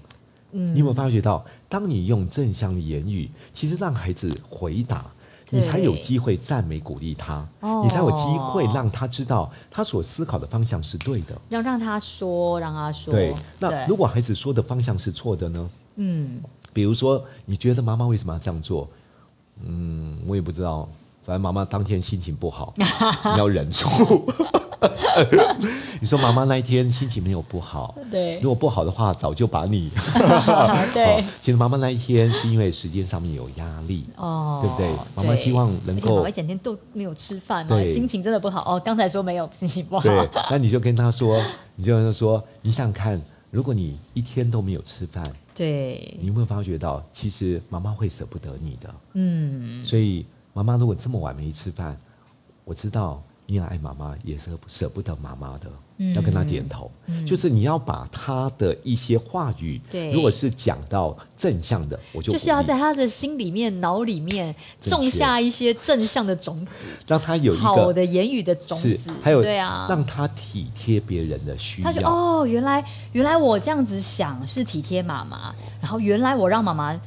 S1: 嗯
S2: 你有没有发觉到，当你用正向的言语，其实让孩子回答，你才有
S1: 对
S2: 机会赞美鼓励他，你才有机会
S1: 哦
S2: 让他知道他所思考的方向是对的。
S1: 要让他说，让他说。
S2: 对，那
S1: 对
S2: 如果孩子说的方向是错的呢？
S1: 嗯，
S2: 比如说，你觉得妈妈为什么要这样做？嗯，我也不知道，反正妈妈当天心情不
S1: [LAUGHS]
S2: 好，你要忍住。 [LAUGHS] 你说妈妈那一天心情没有不好，
S1: 对啊
S2: 如，果不好的话，早就把你。
S1: 对
S2: 好，哦其实妈妈那一天是因为时间上面有压力，
S1: 哦，
S2: 对不对妈妈希望能
S1: 而且妈
S2: 够
S1: 妈一整天都没有吃饭嘛，
S2: 对
S1: 心情真的不好。哦，刚才说没有，心情不好。
S2: 对，那你就跟她说，你就跟她说，你想想看，如果你一天都没有吃饭，
S1: [LAUGHS] 对
S2: 你有没有发觉到，其实妈妈会舍不得你的。
S1: 嗯，
S2: 所以妈妈如果这么晚没吃饭，我知道你也爱妈妈，也是舍不得妈妈的，
S1: 嗯
S2: 要跟她点头。
S1: 嗯
S2: 就是你要把她的一些话语，
S1: 对
S2: 如果是讲到正向的，我就
S1: 就是要
S2: 鼓励
S1: 在他的心里面、脑里面
S2: 正
S1: 种
S2: 确
S1: 下一些正向的种子，
S2: 让她有一
S1: 好
S2: 个
S1: 的言语的种
S2: 是
S1: 子，。
S2: 还有
S1: 对啊，
S2: 让她体贴别人的需
S1: 他就
S2: 要。
S1: 哦，原来原来我这样子想是体贴妈妈，然后原来我让妈妈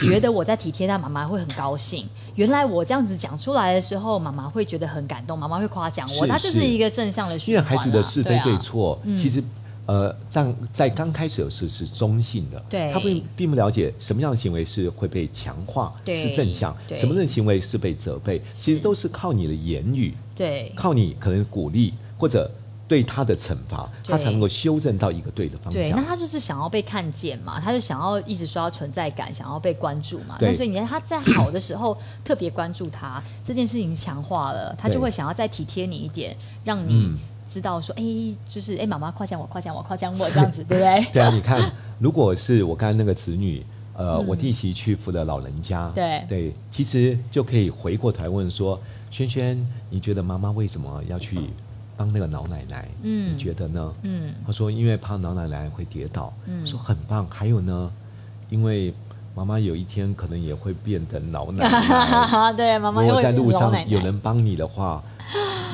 S1: 觉得我在体贴她，妈妈会很高
S2: [COUGHS]
S1: 兴。原来我这样子讲出来的时候，妈妈会觉得很感动，妈妈会夸奖我，
S2: 是
S1: 它就是
S2: 是
S1: 一个正向的循
S2: 因为
S1: 环、啊。
S2: 孩子的是非对
S1: 啊，
S2: 错，
S1: 嗯
S2: 其实呃，在在刚开始的时候是中性的，
S1: 对
S2: 他并并不了解什么样的行为是会被强化，
S1: 对
S2: 是正向，
S1: 对
S2: 什么样的行为是被责备，其实都是靠你的言语，
S1: 对
S2: 靠你可能鼓励或者对他的惩罚，
S1: 对
S2: 他才能够修正到一个对的方
S1: 对，那
S2: 向。
S1: 他就是想要被看见嘛，他就想要一直刷存在感，想要被关注嘛。
S2: 对
S1: 那所以你看他在好的时候特别关注他这件事情强化了，他就
S2: 对
S1: 会想要再体贴你一点，让你
S2: 嗯
S1: 知道说，哎、就是哎，妈妈夸奖我，夸奖我，夸奖我这样子，对不对？
S2: 对啊，你看，如果是我刚才那个子女。呃，
S1: 嗯
S2: 我弟媳去扶的老人家，
S1: 对
S2: 对，其实就可以回过头来问说，轩轩，你觉得妈妈为什么要去帮那个老奶奶？
S1: 嗯
S2: 你觉得呢？
S1: 嗯
S2: 他说因为怕老奶奶会跌倒。
S1: 嗯
S2: 我说很棒。还有呢，因为妈妈有一天可能也会变得老奶奶。
S1: 啊，对， [LAUGHS] 妈妈
S2: 如
S1: 又
S2: 果
S1: 会
S2: 在
S1: 变
S2: 路
S1: 老
S2: 上
S1: 奶奶
S2: 有人帮你的话，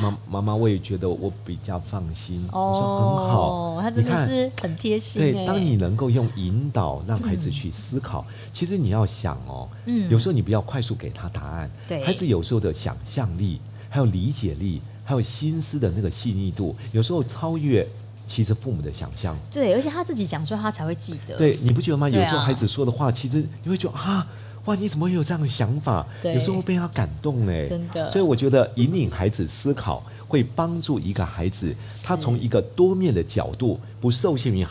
S2: 妈妈妈我也觉得我比较放心。我说很
S1: 哦
S2: 好，，
S1: 他
S2: 你
S1: 真的
S2: 看
S1: 是很贴心嗯哎、
S2: 对，当你能够用引导让孩子去思考，其实你要想哦，
S1: 嗯
S2: 有时候你不要快速给他答案，
S1: 对
S2: 孩子有时候的想象力、还有理解力、还有心思的那个细腻度，有时候超越其实父母的想象。
S1: 对，而且他自己讲出来，他才会记得。
S2: 对，你不觉得吗？有
S1: 对啊
S2: 时候孩子说的话，其实你会觉得啊，哇，你怎么会有这样的想法？
S1: 对
S2: 有时候会被他感动哎，
S1: 真的
S2: 所以我觉得引领孩子思考，会帮助一个孩子，他
S1: 是
S2: 从一个多面的角度，不受限于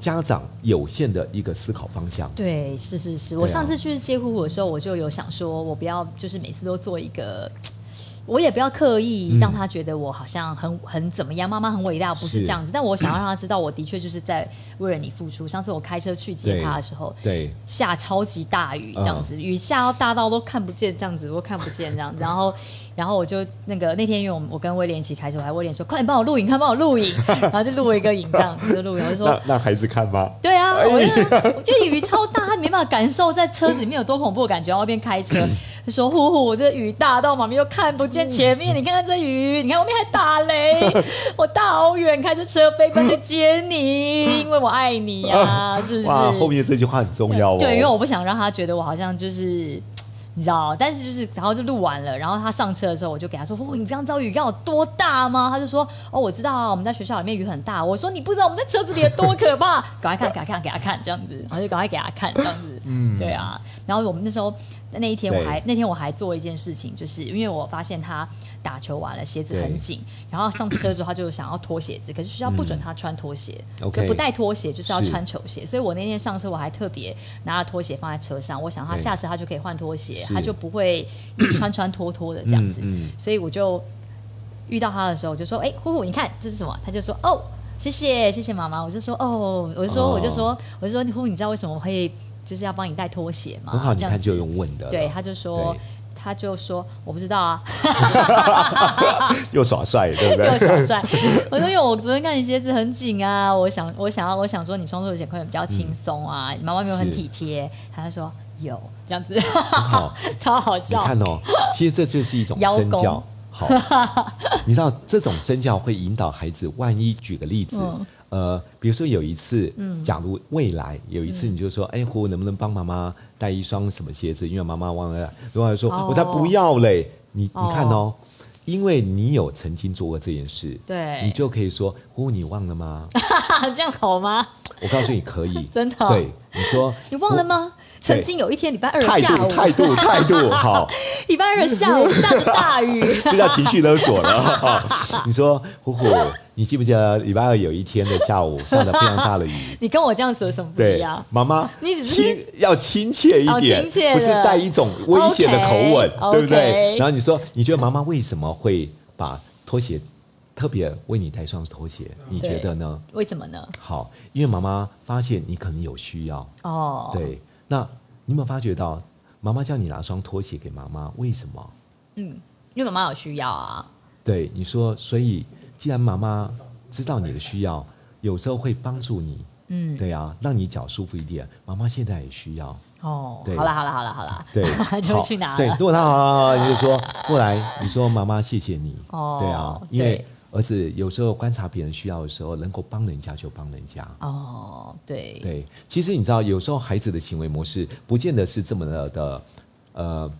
S2: 家长有限的一个思考方向。
S1: 对，是是是。我
S2: 对啊
S1: 上次去接呼呼的时候，我就有想说，我不要就是每次都做一个，我也不要刻意
S2: 嗯
S1: 让他觉得我好像很很怎么样，妈妈很伟大，不是
S2: 是
S1: 这样子。但我
S2: [CLEARS THROAT]
S1: 想要让他知道，我的确就是在为了你付出。上次我开车去接
S2: 对
S1: 他的时候。
S2: 对，嗯
S1: 下超级大雨，这样子，雨下到大到都看不见，这样子都看不见，这样子。然后，然后我就那个那天，因为我们我跟威廉一起开车，我还威廉说：“快点帮我录影，快帮我录影。” [LAUGHS] 然后就录了一个影，这样就录影。我就说：“
S2: 那让孩子看吗？
S1: 对啊，
S2: 哎
S1: 我就我觉得雨超大，他没办法感受在车子里面有多恐怖的感觉，然后一边开车，他说：“呼呼，我这雨大到妈咪又看不见前面，你看看这雨，你看外面还打雷，我大老远开着车飞奔去接你，因为我爱你呀、啊，是不是？”
S2: 哇，后面这句话很重要哦。
S1: 对，因为我不想让他觉得我好像就是。你知道，但是就是，然后就录完了，然后他上车的时候，我就给他说：“哦，你这样知道雨刚有多大吗？”他就说：“哦，我知道啊，我们在学校里面雨很大。”我说：“你不知道我们在车子里有多可怕， [LAUGHS] 赶快看，赶快看，给他看这样子，然后就赶快给他看这样子。”
S2: 嗯
S1: 对啊。然后我们那时候那一天我
S2: 对
S1: 还那天我还做一件事情，就是因为我发现他打球完了鞋子
S2: 对
S1: 很紧，然后上车之后他就想要脱鞋子，可是学校不准
S2: 嗯
S1: 他穿拖鞋，
S2: OK
S1: 就不带拖鞋，就是要
S2: 是
S1: 穿球鞋，所以我那天上车我还特别拿了拖鞋放在车上，我想他
S2: 对
S1: 下车他就可以换拖鞋，
S2: 是
S1: 他就不会穿穿脱脱的这样子。
S2: 嗯嗯
S1: 所以我就遇到他的时候，我就说：“哎、呼呼，你看这是什么？”他就说：“哦，谢谢，谢谢妈妈。”我就说：“哦，我就说，
S2: 哦
S1: 我就说，我就说，呼呼，你知道为什么我会就是要帮你带拖鞋吗？”
S2: 很好，你
S1: 这样
S2: 看
S1: 子
S2: 就用问的了。
S1: 对，他就说
S2: 对。 [LAUGHS]
S1: 他就说我不知道啊，
S2: 又耍帅，对
S1: [LAUGHS]
S2: 不
S1: 给我
S2: 对？
S1: 耍
S2: [LAUGHS]
S1: 帅。我说有，我昨天看你鞋子很紧啊，我想我想要我想说你双手有点快点比较轻松啊，你妈妈没有很
S2: 是
S1: 体贴。他就说有这样子， [LAUGHS]
S2: 好
S1: 超好
S2: 你
S1: 笑。
S2: 看哦，其实这就是一
S1: [LAUGHS]
S2: 种
S1: 邀
S2: 身
S1: 功
S2: 教。好，
S1: [LAUGHS]
S2: 你知道这种身教会引导孩子。万一举个例子，
S1: 嗯
S2: 呃，比如说有一次，
S1: 嗯
S2: 假如未来有一次
S1: 嗯
S2: 你就说，哎、虎能不能帮妈妈带一双什么鞋子？因为妈妈忘了带。如果他说、
S1: 哦
S2: 我才不要嘞，你
S1: 哦
S2: 你看哦，因为你有曾经做过这件事，
S1: 对
S2: 你就可以说，虎你忘了吗？
S1: [LAUGHS] 这样好吗？
S2: 我告诉你可以，
S1: 真的哦
S2: 对，你说
S1: 你忘了？吗？
S2: 对
S1: 曾经有一天礼拜二
S2: 虎态
S1: 下
S2: 度，
S1: 午，[LAUGHS]
S2: 态度，态度，好。，
S1: 礼拜二下午下着大雨 [LAUGHS]
S2: 这叫情绪勒索了。 [LAUGHS] 哈你说虎虎，你记不记得礼拜二有一天的下午下着非常大
S1: [LAUGHS]
S2: 的雨？
S1: 你跟我这样子有什么不一
S2: 对
S1: 样，？
S2: 妈妈，
S1: 哎你只是
S2: 亲要亲切一
S1: 哦
S2: 点，
S1: 亲切
S2: 不是
S1: 的
S2: 带一种威胁的口吻
S1: OK，
S2: 对不对
S1: OK
S2: 然后你说，你觉得妈妈为什么会把拖鞋特别为你带双拖鞋？你觉得呢？
S1: 为什么呢？
S2: 好，因为妈妈发现你可能有需要，
S1: 哦，，
S2: 对。那你有没有发觉到，妈妈叫你拿双拖鞋给妈妈，为什么？
S1: 嗯，因为妈妈有需要啊，
S2: 对，你说，所以既然妈妈知道你的需要，有时候会帮助你，
S1: 嗯，
S2: 对啊，让你脚舒服一点。妈妈现在也需要，
S1: 哦，
S2: 对
S1: 好啦好啦好啦好啦，，
S2: 对
S1: [LAUGHS] 就
S2: 好
S1: 会去拿
S2: 对，
S1: 了
S2: 如，果他好，你就说过来，你说妈妈谢谢你，
S1: 哦
S2: 对啊，因为
S1: 对
S2: 儿子有时候观察别人需要的时候，能够帮人家就帮人家。
S1: 哦，对，
S2: 对，其实你知道，有时候孩子的行为模式不见得是这么的的，呃，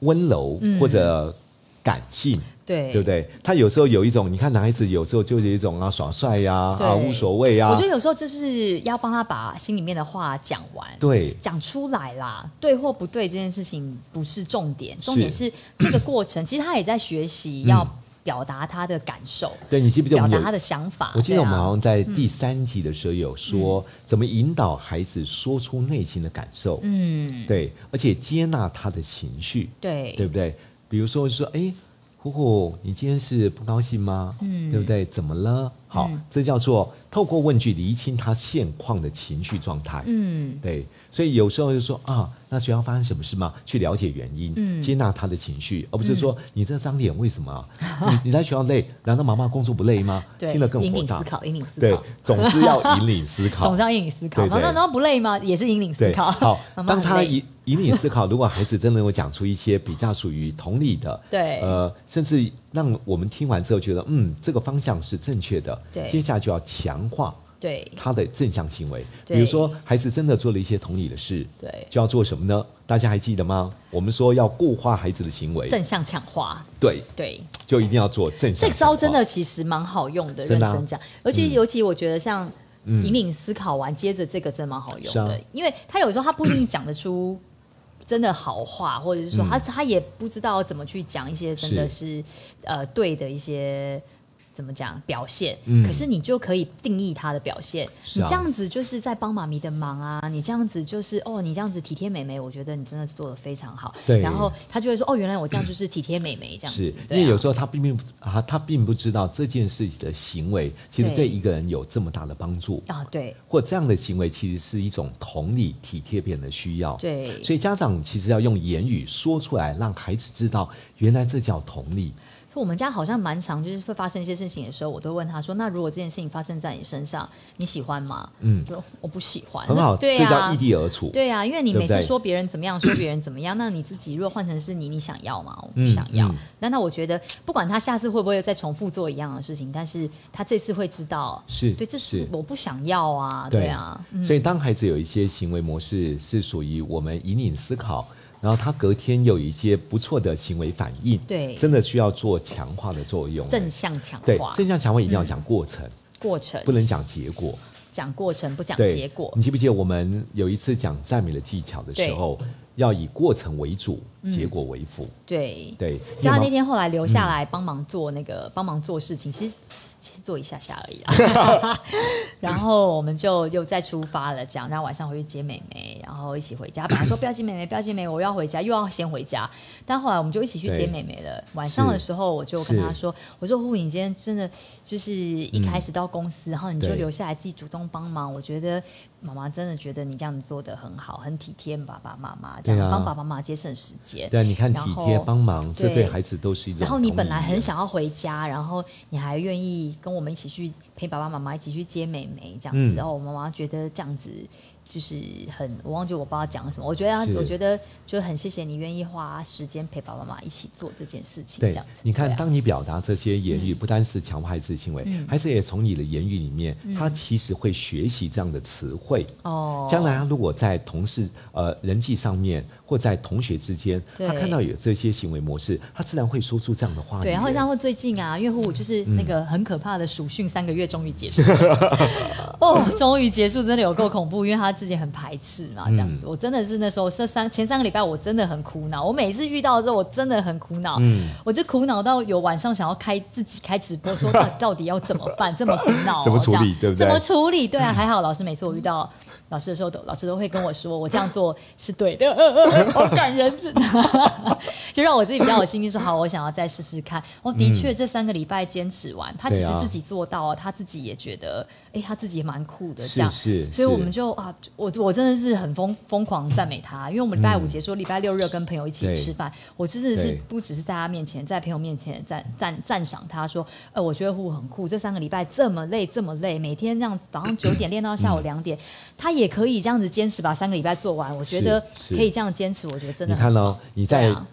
S2: 温柔
S1: 嗯
S2: 或者感性，
S1: 对
S2: 对不对？他有时候有一种，你看男孩子有时候就有一种啊耍帅呀、啊，
S1: 对
S2: 无所谓呀、
S1: 我
S2: 啊
S1: 觉，得有时候就是要帮他把心里面的话讲完，
S2: 对
S1: 讲出来啦，对或不对这件事情不是重点，重点是这个过程，其实他也在学习
S2: 嗯
S1: 要表达他的感受，
S2: 对，你记不记得我
S1: 表
S2: 们有
S1: 达他的想法。
S2: 我记得我们好
S1: 对啊嗯
S2: 像在第三集的时候有说，怎么引导孩子说出内心的感受，
S1: 嗯，
S2: 对，而且接纳他的情绪，
S1: 对
S2: 对不对？比如说说，哎，虎虎，你今天是不高兴吗？
S1: 嗯
S2: 对不对？怎么了？好，
S1: 嗯
S2: 这叫做透过问句厘清他现况的情绪状态。
S1: 嗯，
S2: 对，所以有时候就说啊，那学校发生什么事吗？去了解原因，
S1: 嗯
S2: 接纳他的情绪，而不是说、你这张脸为什么啊、你你在学校累， [LAUGHS] 难道妈妈工作不累吗？
S1: 对，
S2: 听了更
S1: 引
S2: 火
S1: 领
S2: 大
S1: 思。考，引领思
S2: 对
S1: 考，，
S2: 总之要引领思考
S1: [LAUGHS] 总是。要引领思考。
S2: 对对
S1: 难道难道不累吗？也是引领思
S2: 对，
S1: 考。，
S2: 好
S1: 妈妈
S2: 当
S1: 很
S2: 他
S1: 累
S2: 引引领思考，如果孩子真的有讲出一些比较属于同理的，
S1: 对
S2: 呃，甚至让我们听完之后觉得，嗯，这个方向是正确的，
S1: 对
S2: 接下来就要强化
S1: 对
S2: 他的正向行为，
S1: 对
S2: 比如说孩子真的做了一些同理的事，
S1: 对
S2: 就要做什么呢？大家还记得吗？我们说要固化孩子的行为，
S1: 正向强化，
S2: 对，
S1: 对。
S2: 就一定要做正向。
S1: 这招真的，其实蛮好用的，认
S2: 真的啊
S1: 真讲，尤其
S2: 嗯
S1: 尤其我觉得像
S2: 嗯
S1: 引领思考完，接着这个真蛮好用
S2: 是啊
S1: 的，因为他有时候他不一定讲得
S2: [CLEARS THROAT]
S1: 出真的好话，或者是说他
S2: 嗯
S1: 他也不知道怎么去讲一些真的是呃对的一些。怎么讲表现？
S2: 嗯
S1: 可是你就可以定义他的表现。
S2: 是
S1: 你
S2: 啊
S1: 这样子就是在帮妈咪的忙啊！你这样子就是哦，你这样子体贴妹妹，我觉得你真的是做的非常好。
S2: 对
S1: 然后他就会说哦，原来我这样就是体贴妹妹这样子。
S2: 是因
S1: 对
S2: 为
S1: 啊
S2: 有时候他并不啊，他并不知道这件事情的行为，其实
S1: 对
S2: 对一个人有这么大的帮助。
S1: 啊，对，
S2: 或这样的行为其实是一种同理体贴别人的需要。
S1: 对
S2: 所以家长其实要用言语说出来，让孩子知道原来这叫同理。
S1: 我们家好像蛮常就是会发生一些事情的时候，我都会问他说：“那如果这件事情发生在你身上，你喜欢吗？”
S2: 嗯
S1: 说我不喜欢，
S2: 很好，
S1: 对
S2: 这叫
S1: 呀、
S2: 异地而处。
S1: 对啊呀、因为你
S2: 对
S1: 每
S2: 不
S1: 次
S2: 对
S1: 说别人怎么样，说别人怎么样，那你自己如果换成是你，你想要吗？我不
S2: 嗯
S1: 想要
S2: 嗯。
S1: 那、那我觉得，不管他下次会不会再重复做一样的事情，但是他这次会知道，
S2: 是
S1: 对，这
S2: 是
S1: 我不想要啊，对
S2: 对
S1: 啊，嗯
S2: 所以当孩子有一些行为模式是属于我们引领思考，然后他隔天有一些不错的行为反应，
S1: 对
S2: 真的需要做强化的作用。
S1: 正向强
S2: 对
S1: 化嗯
S2: 正向强化一定要讲过程，
S1: 过程
S2: 不能讲结果。
S1: 讲过程，不讲
S2: 对，嗯
S1: 结果
S2: 你，记不记得我们有一次讲赞美的技巧的时候，要以过程为主，
S1: 嗯
S2: 结果为辅。
S1: 对
S2: 对，嗯
S1: 所以他那
S2: 你有没有
S1: 天后来留下来帮忙做那个、帮忙做事情，其实其实做一下下而已
S2: [LAUGHS]
S1: 啦。然后我们就又再出发了，这样，然后晚上回去接妹妹，然后一起回家。本来说不要接妹妹，不要接妹妹，我要回家，又要先回家。但后来我们就一起去接
S2: 对
S1: 妹妹了。晚上的时候，我就跟她说：“我说呼，你今天真的就是一开始到公司，然后你就
S2: 对
S1: 留下来自己主动帮忙。我觉得妈妈真的觉得你这样子做的很好，很体贴爸爸妈妈，这
S2: 对
S1: 样
S2: 啊
S1: 帮爸爸妈妈节省时间。
S2: 对啊，你看
S1: 然
S2: 体
S1: 后
S2: 贴帮忙，这
S1: 对
S2: 对孩子都是一种。
S1: 然后你本来很，想要回家，然后你还愿意跟我们一起去陪爸爸妈妈一起去接妹妹这样子，
S2: 嗯
S1: 然后我妈妈觉得这样子就是很，我忘记我爸爸讲了什么，我觉得她
S2: 是
S1: 我觉得就很谢谢你愿意花时间陪爸爸妈妈一起做这件事情，这
S2: 对
S1: 样子，
S2: 你看，
S1: 对啊
S2: 当你表达这些言语，
S1: 嗯
S2: 不单是强化孩子的行为，
S1: 嗯
S2: 孩子也从你的言语里面，
S1: 嗯
S2: 他其实会学习这样的词汇。
S1: 哦，
S2: 将来他如果在同事呃人际上面，或在同学之间，
S1: 对
S2: 他看到有这些行为模式，他自然会说出这样的话语。
S1: 对，然后像会最近啊，因为我就是
S2: 嗯
S1: 那个很可怕的暑训三个月终于结
S2: [LAUGHS]
S1: 束了，哦，终于结束，真的有够恐怖，因为他之前很排斥嘛，这样子，
S2: 嗯
S1: 我真的是那时候这三前三个礼拜我真的很苦恼，我每次遇到的时候我真的很苦恼，
S2: 嗯
S1: 我就苦恼到有晚上想要开自己开直播
S2: [LAUGHS]
S1: 说到到底要怎么办，这么苦恼、哦，
S2: 怎么
S1: 这
S2: 处
S1: 样
S2: 理对不对嗯
S1: 怎么处理？对啊，还好老师每次我遇到。老师的时候都，老师都会跟我说，我这样做是对
S2: [LAUGHS]
S1: 的，好感人， [LAUGHS] 真的就让我自己比较有信心，说好，我想要再试试看。我的确这三个礼拜坚持完，他其
S2: 嗯对
S1: 实
S2: 啊
S1: 自己做到，他自己也觉得，哎、他自己也蛮酷的，这
S2: 是
S1: 样。
S2: 是，
S1: 所以我
S2: 是
S1: 们就啊，就我我真的是很疯疯狂赞美他，因为我们礼拜五
S2: 嗯
S1: 结束，礼拜六日跟朋友一起
S2: 对
S1: 吃饭，我真的是
S2: 对
S1: 不只是在他面前，在朋友面前赞赞赞赏他说，呃，我觉得虎很酷，这三个礼拜这么累这么累，每天这样早上九点练到下午两点，他也可以这样子坚持把三个礼拜做完，我觉得
S2: 是是
S1: 可以这样坚持，我觉得真
S2: 你
S1: 的很
S2: 看哦，你
S1: 对
S2: 在
S1: 啊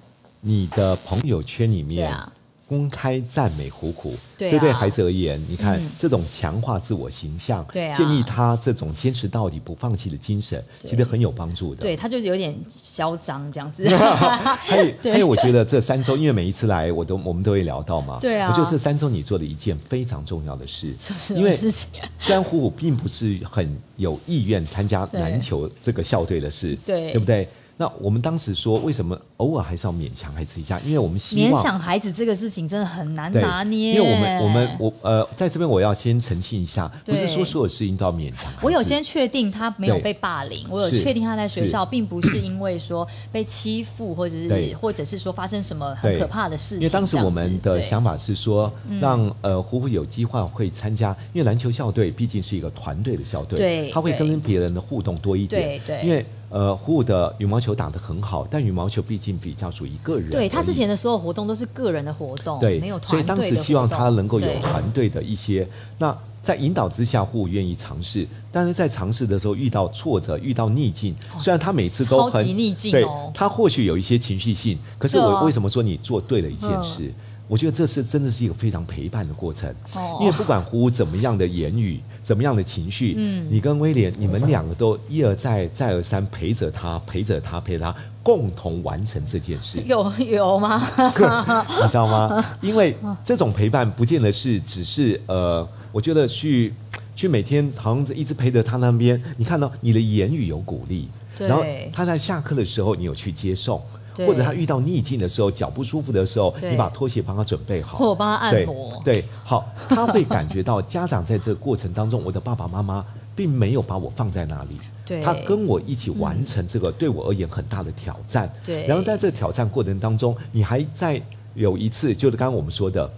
S2: 你的朋友圈里
S1: 对
S2: 面
S1: 啊
S2: 公开赞美虎虎，
S1: 对啊
S2: 这对孩子而言，你看
S1: 嗯
S2: 这种强化自我形象，
S1: 对啊
S2: 建立他这种坚持到底不放弃的精神，
S1: 对
S2: 其实很有帮助的。
S1: 对，他就是有点嚣张这样
S2: [LAUGHS]
S1: 子， [LAUGHS]
S2: 还有
S1: 对
S2: 还有，我觉得这三周，因为每一次来，我都我们都会聊到嘛。
S1: 对啊
S2: 我觉得这三周你做了一件非常重要的事，
S1: 什
S2: 因
S1: 么
S2: 为
S1: 事情？
S2: 虽然虎虎并不是很有意愿参加
S1: 对
S2: 篮球这个校队的事，
S1: 对
S2: 对不对？那我们当时说，为什么偶尔还是要勉强孩子一下？因为我们希
S1: 勉
S2: 望
S1: 强孩子这个事情真的很难
S2: 对
S1: 拿捏。
S2: 因为我们我们我呃，在这边我要先澄清一下，不是
S1: 对
S2: 说所有事情都要勉强孩子。
S1: 我有先确定他没有
S2: 对
S1: 被霸凌，我有
S2: 是
S1: 确定他在学校并不是因为说被欺负，或者
S2: 对
S1: 是或者是说发生什么很
S2: 对
S1: 可怕的事情。
S2: 因为当时我们
S1: 这样
S2: 的
S1: 子对
S2: 想法是说
S1: 嗯，
S2: 让呃虎虎有机会会参加，因为篮球校队毕竟是一个团队的校队，
S1: 对
S2: 他会
S1: 对
S2: 跟别人的互动多一点，
S1: 对对
S2: 因为呃虎虎的羽毛球打得很好，但羽毛球毕竟比较属于个人而已，
S1: 对他之前的所有活动都是个人的活动，
S2: 对，
S1: 哦没有团
S2: 所
S1: 队
S2: 以
S1: 的活动。
S2: 当时希望他能够有
S1: 对
S2: 团队的一些那。在引导之下，互愿意尝试，但是在尝试的时候遇到挫折、遇到逆境，虽然他每次都
S1: 哦超
S2: 很
S1: 级逆境
S2: 对
S1: 哦
S2: 他或许有一些情绪性，可是
S1: 对啊
S2: 我为什么说你做对了一件
S1: 嗯
S2: 事？我觉得这是真的是一个非常陪伴的过程，
S1: 哦
S2: 因为不管呼呼怎么样的言语，怎么样的情绪，
S1: 嗯
S2: 你跟威廉，你们两个都一而再、再而三陪着他、陪着他、陪着他，共同完成这件事。
S1: 有有吗？ [LAUGHS]
S2: [LAUGHS] 你知道吗？因为这种陪伴不见得是只是呃，我觉得去去每天好像一直陪着他那边，你看到你的言语有鼓励，
S1: 对
S2: 然后他在下课的时候你有去接送。
S1: 对
S2: 或者他遇到逆境的时候，脚不舒服的时候，
S1: 对哦
S2: 你把拖鞋帮他准备好，
S1: 或者帮他按
S2: 对
S1: 摩
S2: 对，好，他会感觉到家长在这个过程当中，我的爸爸妈妈并没有把我放在那里，
S1: 对
S2: 他跟我一起完成这个对我而言很大的挑战。
S1: 对
S2: 然后在这挑战过程当中，你还在有一次，就是刚刚我们说的，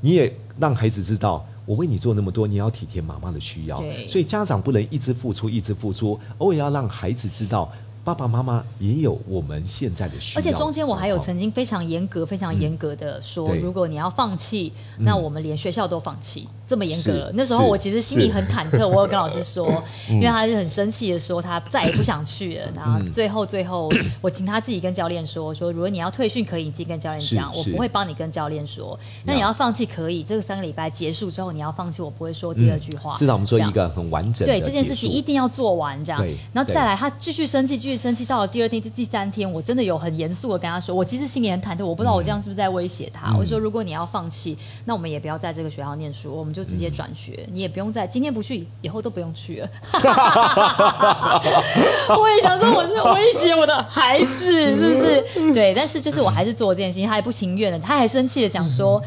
S2: 你也让孩子知道。我为你做那么多，你要体贴妈妈的需要
S1: 对，
S2: 所以家长不能一直付出，一直付出，偶尔要让孩子知道，爸爸妈妈也有我们现在的需要。
S1: 而且中间我还有
S2: 哦嗯
S1: 曾经非常严格、非常严格的说，
S2: 对嗯
S1: 如果你要放弃，那我们连学校都放弃，这么严格了。那时候
S2: 是嗯
S1: 我其实心里很忐忑，我有跟老师说，因为他是很生气的说他再也不想去了。然后最后最后，我请他自己跟教练说，说如果你要退训，可以你自己跟教练讲，
S2: 是
S1: 我
S2: 是
S1: 不会帮你跟教练说。那你
S2: 了
S1: 要放弃可以，这个三个礼拜结束之后你要放弃，我不会说第二句话。
S2: 嗯至少我们说
S1: 这样
S2: 一个很完整的
S1: 对这件事情
S2: 结束
S1: 一定要做完，这样
S2: 对。
S1: 然后再来，他继续生气，继续生气，到了第二天、第第三天，我真的有很严肃的跟他说，我其实心里很忐忑，我不知道我这样是不是在威胁他。
S2: 嗯
S1: 我说，如果你要放弃，那我们也不要在这个学校念书，我们就直
S2: 嗯
S1: 接转学，你也不用在今天不去，以后都不用去
S2: [LAUGHS]
S1: 了。我也想说，我是威胁我的孩子，是不
S2: 嗯
S1: 是？对，但是就是我还是做了这件事情，他还不情愿的，他还生气的讲说。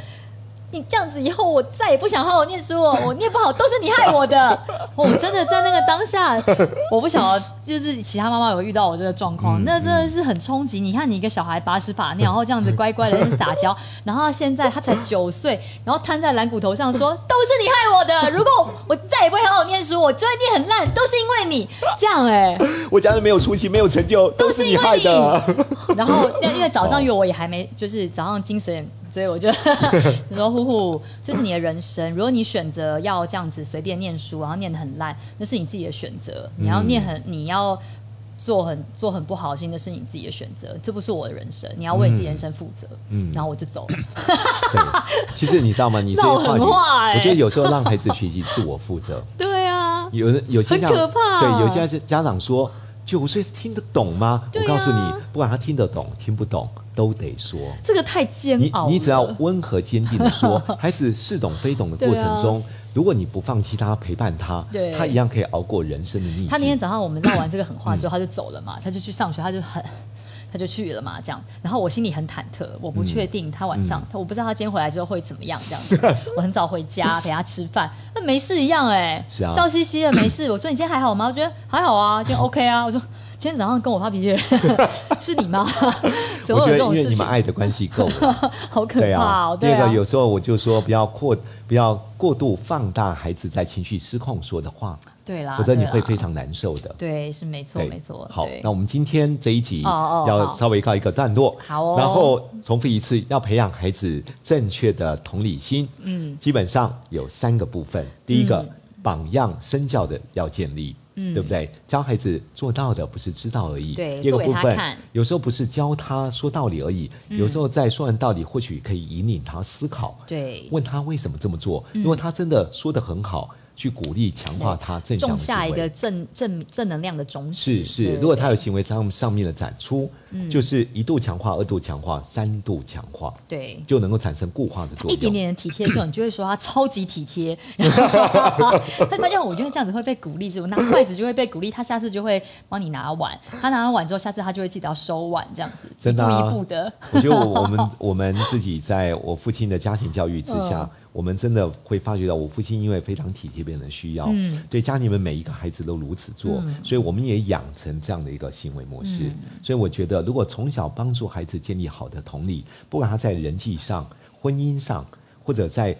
S1: 你这样子以后，我再也不想好好念书哦，我念不好都是你害我的。我真的在那个当下，我不晓得，就是其他妈妈有遇到我这个状况，
S2: 嗯
S1: 那真的是很冲击。你看你一个小孩把屎把尿，然后这样子乖乖的在那撒娇，然后他现在他才九岁，然后瘫在蓝骨头上说都是你害我的，如果我再也不会好好念书，我就会念很烂，都是因为你这样哎、
S2: 我家人没有出息，没有成就，都是你害的。啊
S1: [LAUGHS] 然后因为早上
S2: 哦
S1: 因为我也还没，就是早上精神，所以我就 [LAUGHS] 你说呼呼，就是你的人生。如果你选择要这样子随便念书，然后念得很烂，那是你自己的选择。
S2: 嗯
S1: 你要念很，你要做很做很不好的事情，那是你自己的选择，这不是我的人生。你要为自己人生负责。
S2: 嗯
S1: 然后我就走了。
S2: 对， [LAUGHS] 其实你知道吗？你这些
S1: 闹
S2: 话语，
S1: 狠话欸
S2: 我觉得有时候让孩子学习自我负责。
S1: 对啊，
S2: 有人有些
S1: 很
S2: 家
S1: 可怕
S2: 对，有些家长说九岁听得懂吗？
S1: 对
S2: 我
S1: 啊
S2: 告诉你，不管他听得懂听不懂，都得说。
S1: 这个太煎
S2: 你
S1: 熬了
S2: 你只要温和坚定的
S1: [LAUGHS]
S2: 说，孩子似懂非懂的过程中，如果你不放弃他，陪伴他
S1: 啊对，
S2: 他一样可以熬过人生的逆境。
S1: 他那天早上我们闹完这个狠
S2: 嗯
S1: 话之后，他就走了嘛，他就去上学，他就很。他就去了嘛，这样。然后我心里很忐忑，我不确定他晚上，
S2: 嗯
S1: 我不知道他今天回来之后会怎么样，这样
S2: [LAUGHS]
S1: 子。我很早回家陪他吃饭，那没事一样哎、
S2: 是啊
S1: 笑嘻嘻的没事。我说你今天还好吗？我觉得还好啊，今天 OK 啊。我说今天早上跟我发脾气的
S2: [LAUGHS]
S1: 人是你吗？怎
S2: 我
S1: 么
S2: 觉
S1: 会有这
S2: 得因
S1: 种
S2: 为
S1: 事
S2: 你们
S1: 情？
S2: 爱的关系够了。
S1: [LAUGHS] 好可
S2: 对
S1: 怕哦
S2: 啊，，
S1: 对
S2: 第二
S1: 啊
S2: 个有时候我就说不要过不要过度放大孩子在情绪失控说的话，
S1: 对啦，
S2: 否则你
S1: 啊对啦
S2: 会非常难受的。
S1: 对，是没错
S2: 对
S1: 没错。
S2: 好
S1: 对，
S2: 那我们今天这一集
S1: 哦哦
S2: 要
S1: 好
S2: 稍微告一个段落。
S1: 好哦
S2: 然后重复一次，要培养孩子正确的同理心。
S1: 嗯
S2: 基本上有三个部分，第一个、
S1: 嗯
S2: 榜样身教的要建立。
S1: 嗯
S2: 对不对？教孩子做到的不是知道而已。
S1: 对
S2: 第二个
S1: 做给
S2: 部
S1: 他
S2: 分
S1: 看，嗯
S2: 有时候不是教他说道理而已，有时候在说完道理，或许可以引领他思考。
S1: 对，
S2: 问他为什么这么做。
S1: 嗯
S2: 如果他真的说的很好，去鼓励强化他正向的
S1: 种
S2: 行
S1: 下一个
S2: 为。
S1: 正正正能量的种子。
S2: 是是，
S1: 对
S2: 如果他有行为上上面的展出，
S1: 嗯
S2: 就是一度强化、二度强化、三度强化，
S1: 对。
S2: 就能够产生固化的作
S1: 一
S2: 用。
S1: 点点的体贴的时候，你就会说他超级体贴。 [LAUGHS] 然后他说：“要我觉得这样子会被鼓励，是不是？拿筷子就会被鼓励，他下次就会帮你拿碗。他拿完碗之后，下次他就会记得要收碗，这样子，
S2: 真的啊
S1: 一步一步的。
S2: 我觉得我我
S1: [LAUGHS]
S2: 们我们自己在我父亲的家庭教育之下，
S1: 嗯
S2: 我们真的会发觉到，我父亲因为非常体贴别人的需要，
S1: 嗯
S2: 对家里面每一个孩子都如此做，
S1: 嗯
S2: 所以我们也养成这样的一个行为模式。
S1: 嗯
S2: 所以我觉得，如果从小帮助孩子建立好的同理，不管他在人际上、婚姻上，或者在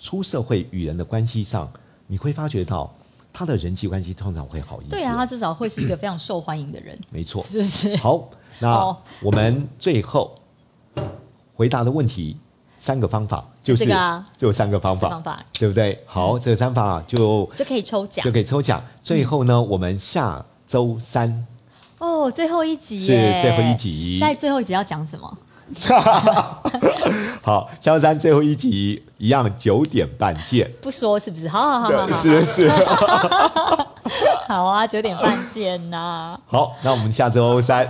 S2: 出社会与人的关系上，你会发觉到他的人际关系通常会好一些。
S1: 对啊，他至少会是一个非常受欢迎的人， [LAUGHS]
S2: 没错。
S1: 是不是？
S2: 好，那
S1: 好
S2: 我们最后回答的问题三个方法，就是
S1: 这个啊
S2: 就有三个方法，
S1: 方法
S2: 对不对？好，这三法就
S1: 就可以抽奖
S2: 就可以抽奖。最后呢，我们下周
S1: [LAUGHS]
S2: 三
S1: 哦。最后一集
S2: 是
S1: 耶
S2: 最后一集
S1: 下最后一集要讲什么？
S2: 好，下周三最后一集一样九点半见。
S1: 不说是不是？好好好好好，
S2: 是是，
S1: 好啊，九点半见啊呐、
S2: 好，那我们下
S1: [LAUGHS]
S2: 周三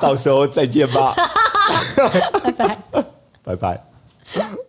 S2: 到时候再见吧，
S1: 拜拜。
S2: 拜拜。